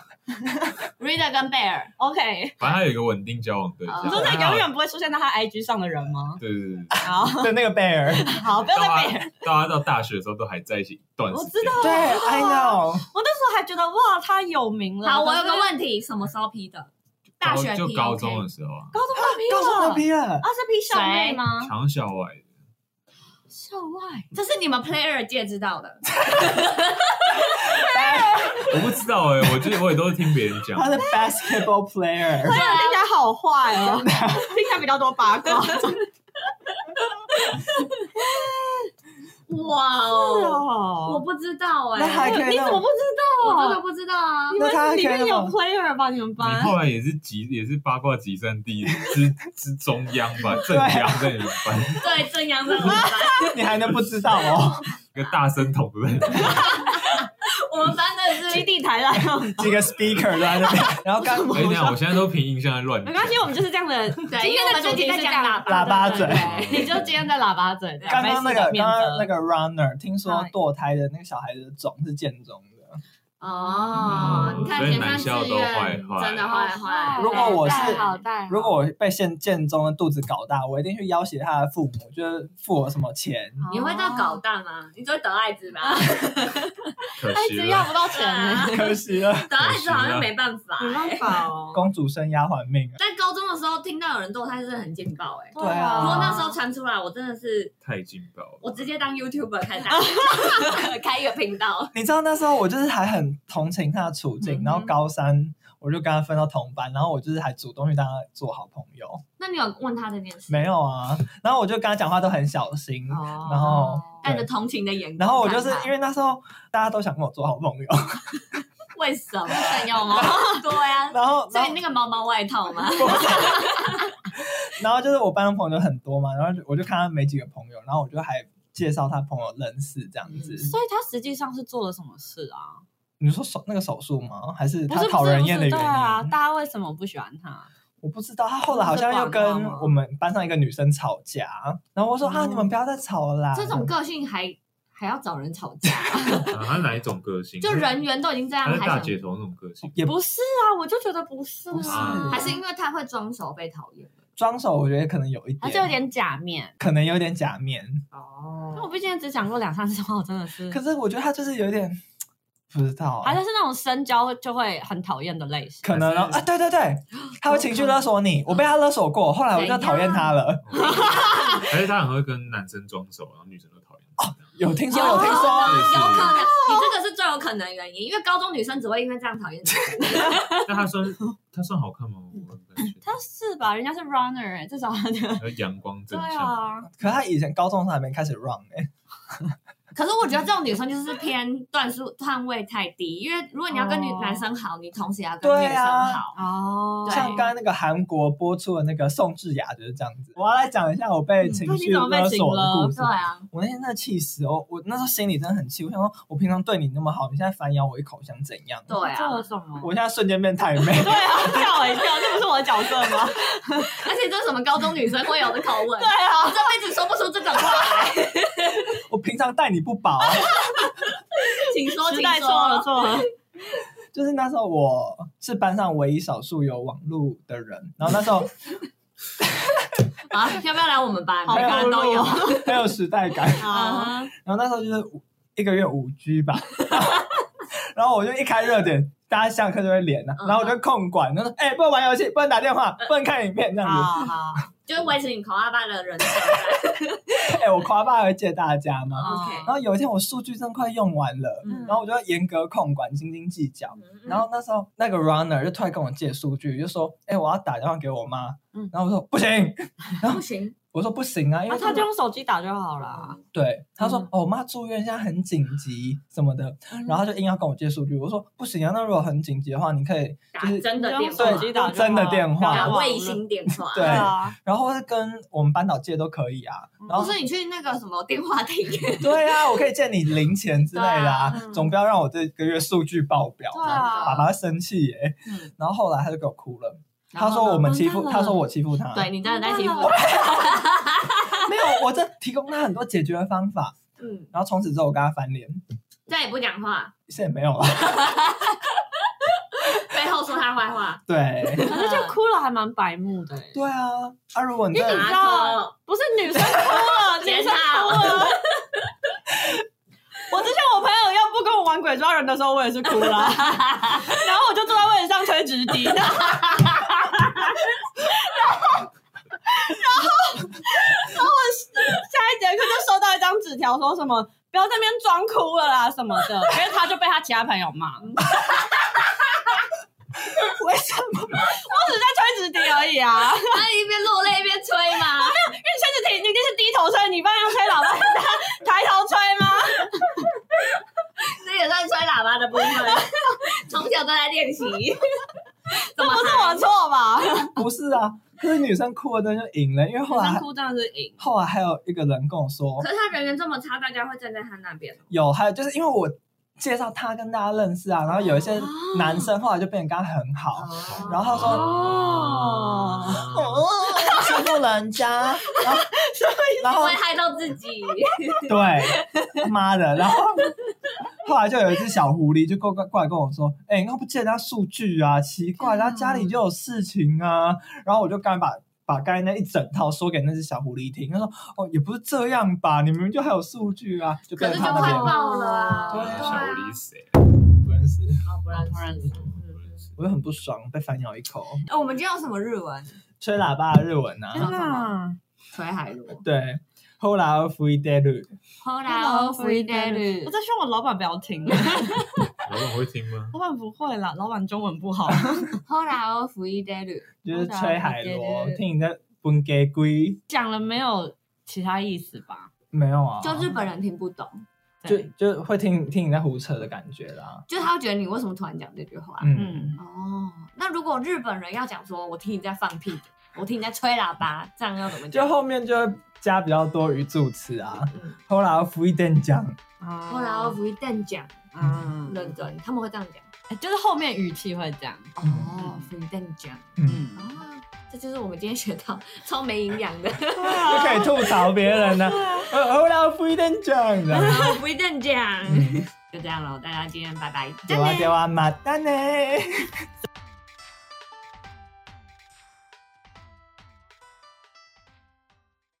[SPEAKER 1] Reader 跟 Bear，
[SPEAKER 3] ？OK，
[SPEAKER 4] 反正他有一个稳定交往对象。
[SPEAKER 1] 你
[SPEAKER 3] 哦你
[SPEAKER 2] 啊
[SPEAKER 1] 说
[SPEAKER 3] 说
[SPEAKER 4] 然
[SPEAKER 3] 那
[SPEAKER 4] 后
[SPEAKER 3] 永远不会出现在他 IG 上的人 吗？
[SPEAKER 4] 对对对，
[SPEAKER 3] 好
[SPEAKER 2] 对，那个 bear。
[SPEAKER 3] 好， 不要
[SPEAKER 4] 到
[SPEAKER 3] 再
[SPEAKER 4] 他
[SPEAKER 3] 变。
[SPEAKER 4] 到他到大学的时候都还在一起一段时间。
[SPEAKER 3] 我知道
[SPEAKER 2] 对，I know。
[SPEAKER 3] 我那时候还觉得哇，他有名了。
[SPEAKER 1] 好，我有
[SPEAKER 3] 可
[SPEAKER 1] 个
[SPEAKER 3] 是
[SPEAKER 1] 问题，什么时候批的？大学
[SPEAKER 4] 就
[SPEAKER 1] 批
[SPEAKER 4] 高
[SPEAKER 1] OK
[SPEAKER 4] 中的时候啊，
[SPEAKER 3] 高中那批
[SPEAKER 2] 高中
[SPEAKER 3] 了
[SPEAKER 2] 那批了
[SPEAKER 3] 啊，，是批校内吗？
[SPEAKER 4] 强校外的，
[SPEAKER 3] 校外
[SPEAKER 1] 这是你们 Player 界知道 的，
[SPEAKER 4] 我不知道哎，我就是我也都是听别人讲
[SPEAKER 2] 他。是 basketball player。
[SPEAKER 3] 对啊，听起来好坏哦，听起来比较多八卦。
[SPEAKER 1] 哇哦，我
[SPEAKER 3] 哦，
[SPEAKER 1] 不知道
[SPEAKER 2] 那还
[SPEAKER 1] 哎，
[SPEAKER 2] 可以
[SPEAKER 3] 你怎么不知
[SPEAKER 1] 我真
[SPEAKER 3] 道
[SPEAKER 1] 的？不知道啊
[SPEAKER 3] 你。
[SPEAKER 2] 那他还
[SPEAKER 3] 们
[SPEAKER 2] 可以
[SPEAKER 3] 里面有
[SPEAKER 2] 吗
[SPEAKER 3] player 吧？你们
[SPEAKER 4] 你
[SPEAKER 3] 班
[SPEAKER 4] 后来也是集也是八卦集散地之之中央 吧，正央在你们班，
[SPEAKER 1] 对，正阳的，
[SPEAKER 2] 你还能不知道哦？
[SPEAKER 4] 一个大 声筒在你们班，
[SPEAKER 1] 我们班的
[SPEAKER 3] 基
[SPEAKER 1] 是
[SPEAKER 3] 地台啦，
[SPEAKER 2] 几个 speaker 都在那边，然后刚
[SPEAKER 4] 哎，等一下我现在都凭印象在乱
[SPEAKER 3] 没
[SPEAKER 4] 讲。
[SPEAKER 3] 关系，我们就是这样的。
[SPEAKER 1] 对，因为我们
[SPEAKER 3] 今
[SPEAKER 1] 主题
[SPEAKER 3] 天的主题
[SPEAKER 1] 是
[SPEAKER 3] 是
[SPEAKER 1] 讲
[SPEAKER 3] 讲
[SPEAKER 1] 喇
[SPEAKER 2] 喇叭嘴
[SPEAKER 1] 对对对
[SPEAKER 3] 你就今天在喇叭嘴，
[SPEAKER 2] 刚刚那个刚
[SPEAKER 3] 面
[SPEAKER 2] 刚那个
[SPEAKER 3] 责。
[SPEAKER 2] runner 听说堕胎的那个小孩的种是健中的，
[SPEAKER 1] 哦，你看
[SPEAKER 4] 嗯所以
[SPEAKER 1] 前三
[SPEAKER 4] 男
[SPEAKER 1] 志
[SPEAKER 4] 校都
[SPEAKER 1] 愿
[SPEAKER 4] 坏坏
[SPEAKER 1] 真的坏坏。
[SPEAKER 2] 如果我是
[SPEAKER 3] 好带好，
[SPEAKER 2] 如果我被现健中的肚子搞大，我一定去要挟他的父母，就是付我什么钱。
[SPEAKER 1] 你会到搞大吗？你只会得 艾滋吧？啊
[SPEAKER 4] 可
[SPEAKER 3] 哎，
[SPEAKER 4] 惜
[SPEAKER 3] 只要
[SPEAKER 4] 了，
[SPEAKER 3] 不到钱呢，
[SPEAKER 1] 欸
[SPEAKER 2] 可惜了，
[SPEAKER 1] 得艾 滋好像没办法。
[SPEAKER 3] 没办法哦。
[SPEAKER 2] 公主生丫鬟命啊！
[SPEAKER 1] 在高中的时候听到有人堕胎，真的很劲爆哎。
[SPEAKER 2] 对啊
[SPEAKER 1] 不过那时候传出来，我真的是
[SPEAKER 4] 太劲爆了。
[SPEAKER 1] 我直接当 YouTuber 开始 开一个频道。
[SPEAKER 2] 你知道那时候我就是还很同情他的处境，
[SPEAKER 1] 嗯哼
[SPEAKER 2] 然后高三我就跟他分到同班，然后我就是还主动去跟他做好朋友。
[SPEAKER 1] 那你有问他这件事？
[SPEAKER 2] 没有啊，然后我就跟他讲话都很小心，
[SPEAKER 1] 哦
[SPEAKER 2] 然后
[SPEAKER 1] 带
[SPEAKER 2] 对
[SPEAKER 1] 着同情的眼光看
[SPEAKER 2] 然
[SPEAKER 1] 他。
[SPEAKER 2] 后我就是因为那时候大家都想跟我做好朋友，
[SPEAKER 1] 为什么想要吗？ 对呀、
[SPEAKER 2] 然后，
[SPEAKER 1] 所
[SPEAKER 2] 然
[SPEAKER 1] 以
[SPEAKER 2] 后，
[SPEAKER 1] 那个毛毛外套嘛，
[SPEAKER 2] 然后就是我班的朋友就很多嘛，然后就我就看他没几个朋友，然后我就还介绍他朋友认识这样子。
[SPEAKER 1] 嗯
[SPEAKER 3] 所以他实际上是做了什么事啊？
[SPEAKER 2] 你说手那个手术吗？还是
[SPEAKER 3] 不
[SPEAKER 2] 他
[SPEAKER 3] 是
[SPEAKER 2] 讨
[SPEAKER 3] 不是
[SPEAKER 2] 人
[SPEAKER 3] 不
[SPEAKER 2] 厌的
[SPEAKER 3] 是，
[SPEAKER 2] 原
[SPEAKER 3] 对
[SPEAKER 2] 因？
[SPEAKER 3] 啊，大家为什么不喜欢他？
[SPEAKER 2] 我不知道，他后来好像又
[SPEAKER 3] 不是管
[SPEAKER 2] 跟
[SPEAKER 3] 他吗
[SPEAKER 2] 我们班上一个女生吵架，然后我说、啊，
[SPEAKER 3] 嗯
[SPEAKER 2] 你们不要再吵了啦。
[SPEAKER 1] 这种个性还还要找人吵架，
[SPEAKER 4] 啊他哪一种个 性？
[SPEAKER 1] 就人缘都已经这样，
[SPEAKER 4] 他是
[SPEAKER 1] 还
[SPEAKER 4] 大
[SPEAKER 1] 想
[SPEAKER 4] 姐头那种个性，
[SPEAKER 2] 也不
[SPEAKER 3] 不是啊，我就觉得不是
[SPEAKER 2] 不是
[SPEAKER 3] 啊，
[SPEAKER 1] 还是因为哦他会装熟被讨厌
[SPEAKER 2] 装手，我觉得可能有一点，
[SPEAKER 3] 还是有点假面。
[SPEAKER 2] 可能有点假面。
[SPEAKER 3] 那我
[SPEAKER 1] 哦。
[SPEAKER 3] 毕竟只讲过两三次话，我真的是，
[SPEAKER 2] 可是我觉得他就是有点不知道，
[SPEAKER 3] 好像是那种深交就会很讨厌的类型。
[SPEAKER 2] 可能哦
[SPEAKER 4] 还是
[SPEAKER 2] 啊，对对对，他会情绪勒索你，我被他勒索过，后来我就讨厌他了。
[SPEAKER 4] 而且他很会跟男生装熟，然后女生都讨厌他。
[SPEAKER 2] 有听说有听说，
[SPEAKER 3] 哦
[SPEAKER 1] 有可能，你这个是最有可能原因，因为高中女生只会因为这样讨厌你。
[SPEAKER 4] 但他算他算好看吗？我感觉
[SPEAKER 3] 他是吧？人家是 runner，欸至少他的。
[SPEAKER 4] 他阳光
[SPEAKER 3] 对
[SPEAKER 4] 正向，
[SPEAKER 3] 啊，
[SPEAKER 2] 可他以前高中的时候还没开始 run 哎、
[SPEAKER 1] 可是我觉得这种女生就是偏段数段位太低，因为如果你要跟女
[SPEAKER 3] 哦
[SPEAKER 1] 男生好，你同时也要跟
[SPEAKER 2] 对
[SPEAKER 1] 女生
[SPEAKER 2] 啊
[SPEAKER 1] 好。
[SPEAKER 3] 哦
[SPEAKER 1] 对
[SPEAKER 2] 像刚刚那个韩国播出的那个宋智雅就是这样子。我要来讲一下我被情绪勒索的故事。
[SPEAKER 1] 对啊，
[SPEAKER 2] 我那天真的气死哦！我那时候心里真的很气，我想说，我平常对你那么好，你现在反咬我一口，想怎样？
[SPEAKER 1] 对啊
[SPEAKER 3] 做，了什么？
[SPEAKER 2] 我现在瞬间变太妹，
[SPEAKER 3] 对啊，吓我一跳，这不是我的角色吗？
[SPEAKER 1] 而且这是什么高中女生会有的口吻
[SPEAKER 3] 对，啊
[SPEAKER 1] 我，这辈子说不出这种话来，
[SPEAKER 2] 我平常待你不薄。啊
[SPEAKER 1] 请说，
[SPEAKER 3] 时
[SPEAKER 1] 请
[SPEAKER 3] 代错了
[SPEAKER 1] 说。
[SPEAKER 3] 错了，
[SPEAKER 2] 就是那时候我是班上唯一少数有网路的人，然后那时候
[SPEAKER 1] 啊，要不要来我们班？
[SPEAKER 3] 好
[SPEAKER 1] 每个
[SPEAKER 3] 看
[SPEAKER 1] 人都有。
[SPEAKER 2] 很有时代感。
[SPEAKER 3] 啊，
[SPEAKER 1] 啊，
[SPEAKER 2] 然后那时候就是五一个月五 G 吧， 然后我就一开热点，大家下课就会连呐、
[SPEAKER 1] 嗯
[SPEAKER 2] 然后我就控管，他说：“哎、不能玩游戏，不能打电话，不能看影片，这样子。
[SPEAKER 3] 好好
[SPEAKER 1] 就是维持你口话班的人生。
[SPEAKER 2] 哎、我夸爸会借大家嘛。
[SPEAKER 1] OK
[SPEAKER 2] 然后有一天我数据真快用完了，
[SPEAKER 3] 嗯
[SPEAKER 2] 然后我就严格控管，斤斤计较。
[SPEAKER 1] 嗯
[SPEAKER 2] 然后那时候那个 runner 就突然跟我借数据，就说：“哎、我要打电话给我妈。
[SPEAKER 3] 嗯
[SPEAKER 2] 然后我说：“不行。
[SPEAKER 1] 不行，”
[SPEAKER 2] 我说：“不行啊，因为、
[SPEAKER 3] 啊，他就用手机打就好了。
[SPEAKER 2] 对他说：“
[SPEAKER 3] 嗯
[SPEAKER 2] 哦，我妈住院，现在很紧急什么的。”然后他就硬要跟我借数据，我说：“不行啊，那如果很紧急的话，你可以
[SPEAKER 1] 打
[SPEAKER 2] 就是
[SPEAKER 1] 真的电
[SPEAKER 3] 用
[SPEAKER 1] 话
[SPEAKER 3] 手，机打就好
[SPEAKER 2] 真的电话
[SPEAKER 1] 打卫星电话。
[SPEAKER 2] 对
[SPEAKER 3] 啊，
[SPEAKER 2] 然后是跟我们班导借都可以啊。
[SPEAKER 3] 嗯
[SPEAKER 2] 然
[SPEAKER 1] 不
[SPEAKER 2] 后
[SPEAKER 1] 是你去那个什么电话亭，
[SPEAKER 2] 对啊，我可以借你零钱之类的啊，
[SPEAKER 3] 对啊嗯
[SPEAKER 2] 总不要让我这个月数据爆表。
[SPEAKER 3] 对啊
[SPEAKER 2] 爸爸会生气耶、
[SPEAKER 1] 嗯
[SPEAKER 2] 然后后来他就给我哭了，
[SPEAKER 1] 然后
[SPEAKER 2] 他
[SPEAKER 1] 呢
[SPEAKER 2] 说我们欺
[SPEAKER 3] 完
[SPEAKER 2] 负，
[SPEAKER 3] 蛋了
[SPEAKER 2] 他说我欺负他。
[SPEAKER 1] 对你真的在欺负
[SPEAKER 3] 完
[SPEAKER 1] 我。
[SPEAKER 2] 没有，我这提供他很多解决的方法。
[SPEAKER 1] 嗯，
[SPEAKER 2] 然后从此之后我跟他翻脸，
[SPEAKER 1] 再也不讲话，
[SPEAKER 2] 现在没有了。
[SPEAKER 1] 背后说他坏话。
[SPEAKER 2] 对，
[SPEAKER 3] 可是就哭了，还蛮白目的欸。
[SPEAKER 2] 对啊，啊，如果你
[SPEAKER 3] 因为
[SPEAKER 2] 真
[SPEAKER 3] 你
[SPEAKER 2] 的
[SPEAKER 3] 知
[SPEAKER 1] 哪
[SPEAKER 3] 道，不是女生哭 了，
[SPEAKER 1] 天
[SPEAKER 3] 女
[SPEAKER 1] 哪
[SPEAKER 3] 生哭了。我之前我朋友要不跟我玩鬼抓人的时候，我也是哭 了，然后我就坐在位置上吹直笛，然后 然后然后我下一节课就收到一张纸条，说什么不要在那边装哭了啦什么的，因为他就被他其他朋友 骂，我
[SPEAKER 2] 为什么？
[SPEAKER 3] 只是在吹直笛而已啊。
[SPEAKER 1] 他一边落泪一边吹嘛，
[SPEAKER 3] 因为吹直笛你一定是低头吹，你帮人家吹喇叭，抬头吹吗？
[SPEAKER 1] 这 也算吹喇叭的部分。从小都在练习，怎么
[SPEAKER 3] 不是
[SPEAKER 1] 还
[SPEAKER 3] 我错 吧？
[SPEAKER 2] 不是啊，可是女生哭了，那就赢了，因为后来还
[SPEAKER 3] 哭真的是赢。
[SPEAKER 2] 后来还有一个人跟我说，
[SPEAKER 1] 可是他人缘这么差，大家会站在他那边哦。
[SPEAKER 2] 有，还有就是因为我介绍他跟大家认识啊，然后有一些男生后来就变得跟他很好，哦然后他
[SPEAKER 1] 哦
[SPEAKER 2] 说
[SPEAKER 3] 哦，
[SPEAKER 2] 哦， 欺负人家，然后然后
[SPEAKER 1] 会害到自己，
[SPEAKER 2] 对，妈的，然后后来就有一只小狐狸就过过过来跟我说，哎、你要不借人家数据啊？奇怪，
[SPEAKER 3] 天啊
[SPEAKER 2] 他家
[SPEAKER 1] 嗯
[SPEAKER 2] 里就有事情啊。然后我就刚把。把刚才那一整套说给那只小狐狸听，他说：“哦，也不是这样吧，你明明就还有数据啊，就
[SPEAKER 1] 可
[SPEAKER 2] 变
[SPEAKER 1] 是
[SPEAKER 2] 成
[SPEAKER 1] 就
[SPEAKER 2] 他那
[SPEAKER 1] 快
[SPEAKER 2] 边
[SPEAKER 1] 爆了啊！
[SPEAKER 2] 对
[SPEAKER 4] 啊
[SPEAKER 2] 啊
[SPEAKER 4] 小狐狸是谁？
[SPEAKER 2] 不认识，
[SPEAKER 1] 哦，不认
[SPEAKER 3] 不认识
[SPEAKER 1] 识。
[SPEAKER 4] 不认识
[SPEAKER 2] 我就很不爽，被反咬一口。
[SPEAKER 1] 哎，我们今天有什么日文？
[SPEAKER 2] 吹喇叭的日文啊，
[SPEAKER 1] 天哪！吹海螺。
[SPEAKER 2] 对，后来我福一带路，
[SPEAKER 1] 后来我 free day
[SPEAKER 3] 我在希望我老板不要 听，老
[SPEAKER 4] 老板会听吗？
[SPEAKER 3] 板不会啦，老板中文不好。
[SPEAKER 1] 后来我 free day
[SPEAKER 2] 就是吹海螺，
[SPEAKER 3] Hola，
[SPEAKER 2] 听你在分给龟，
[SPEAKER 3] 讲了没有其他意思吧？
[SPEAKER 2] 没有啊？
[SPEAKER 1] 就日本人听不懂，
[SPEAKER 2] 就
[SPEAKER 1] 对，
[SPEAKER 2] 就会听听你在胡扯的感觉啦。
[SPEAKER 1] 就是他会觉得你为什么突然讲这句话？
[SPEAKER 2] 嗯，
[SPEAKER 1] 哦，那如果日本人要讲说，我听你在放屁，我听你在吹喇叭，这样要怎么
[SPEAKER 2] 就
[SPEAKER 1] 讲？
[SPEAKER 2] 后面就会加比较多语助词啊，
[SPEAKER 1] 嗯，
[SPEAKER 2] 后来福一点讲，
[SPEAKER 1] 哦
[SPEAKER 3] 啊
[SPEAKER 1] 后来我不一旦讲，
[SPEAKER 3] 嗯，
[SPEAKER 1] 认真，他们会这样讲。
[SPEAKER 3] 哎就是后面语气会这样，
[SPEAKER 1] 哦，不一旦讲，
[SPEAKER 2] 嗯，
[SPEAKER 3] 嗯，
[SPEAKER 1] 哦，这就是我们今天学到 超没营养的。
[SPEAKER 2] 就可以吐槽别人呢、呃后来福一点讲，这样
[SPEAKER 1] 我不一定讲，
[SPEAKER 2] 嗯
[SPEAKER 1] 就这样喽，大家今天拜拜，
[SPEAKER 2] 对啊对啊，马丹呢。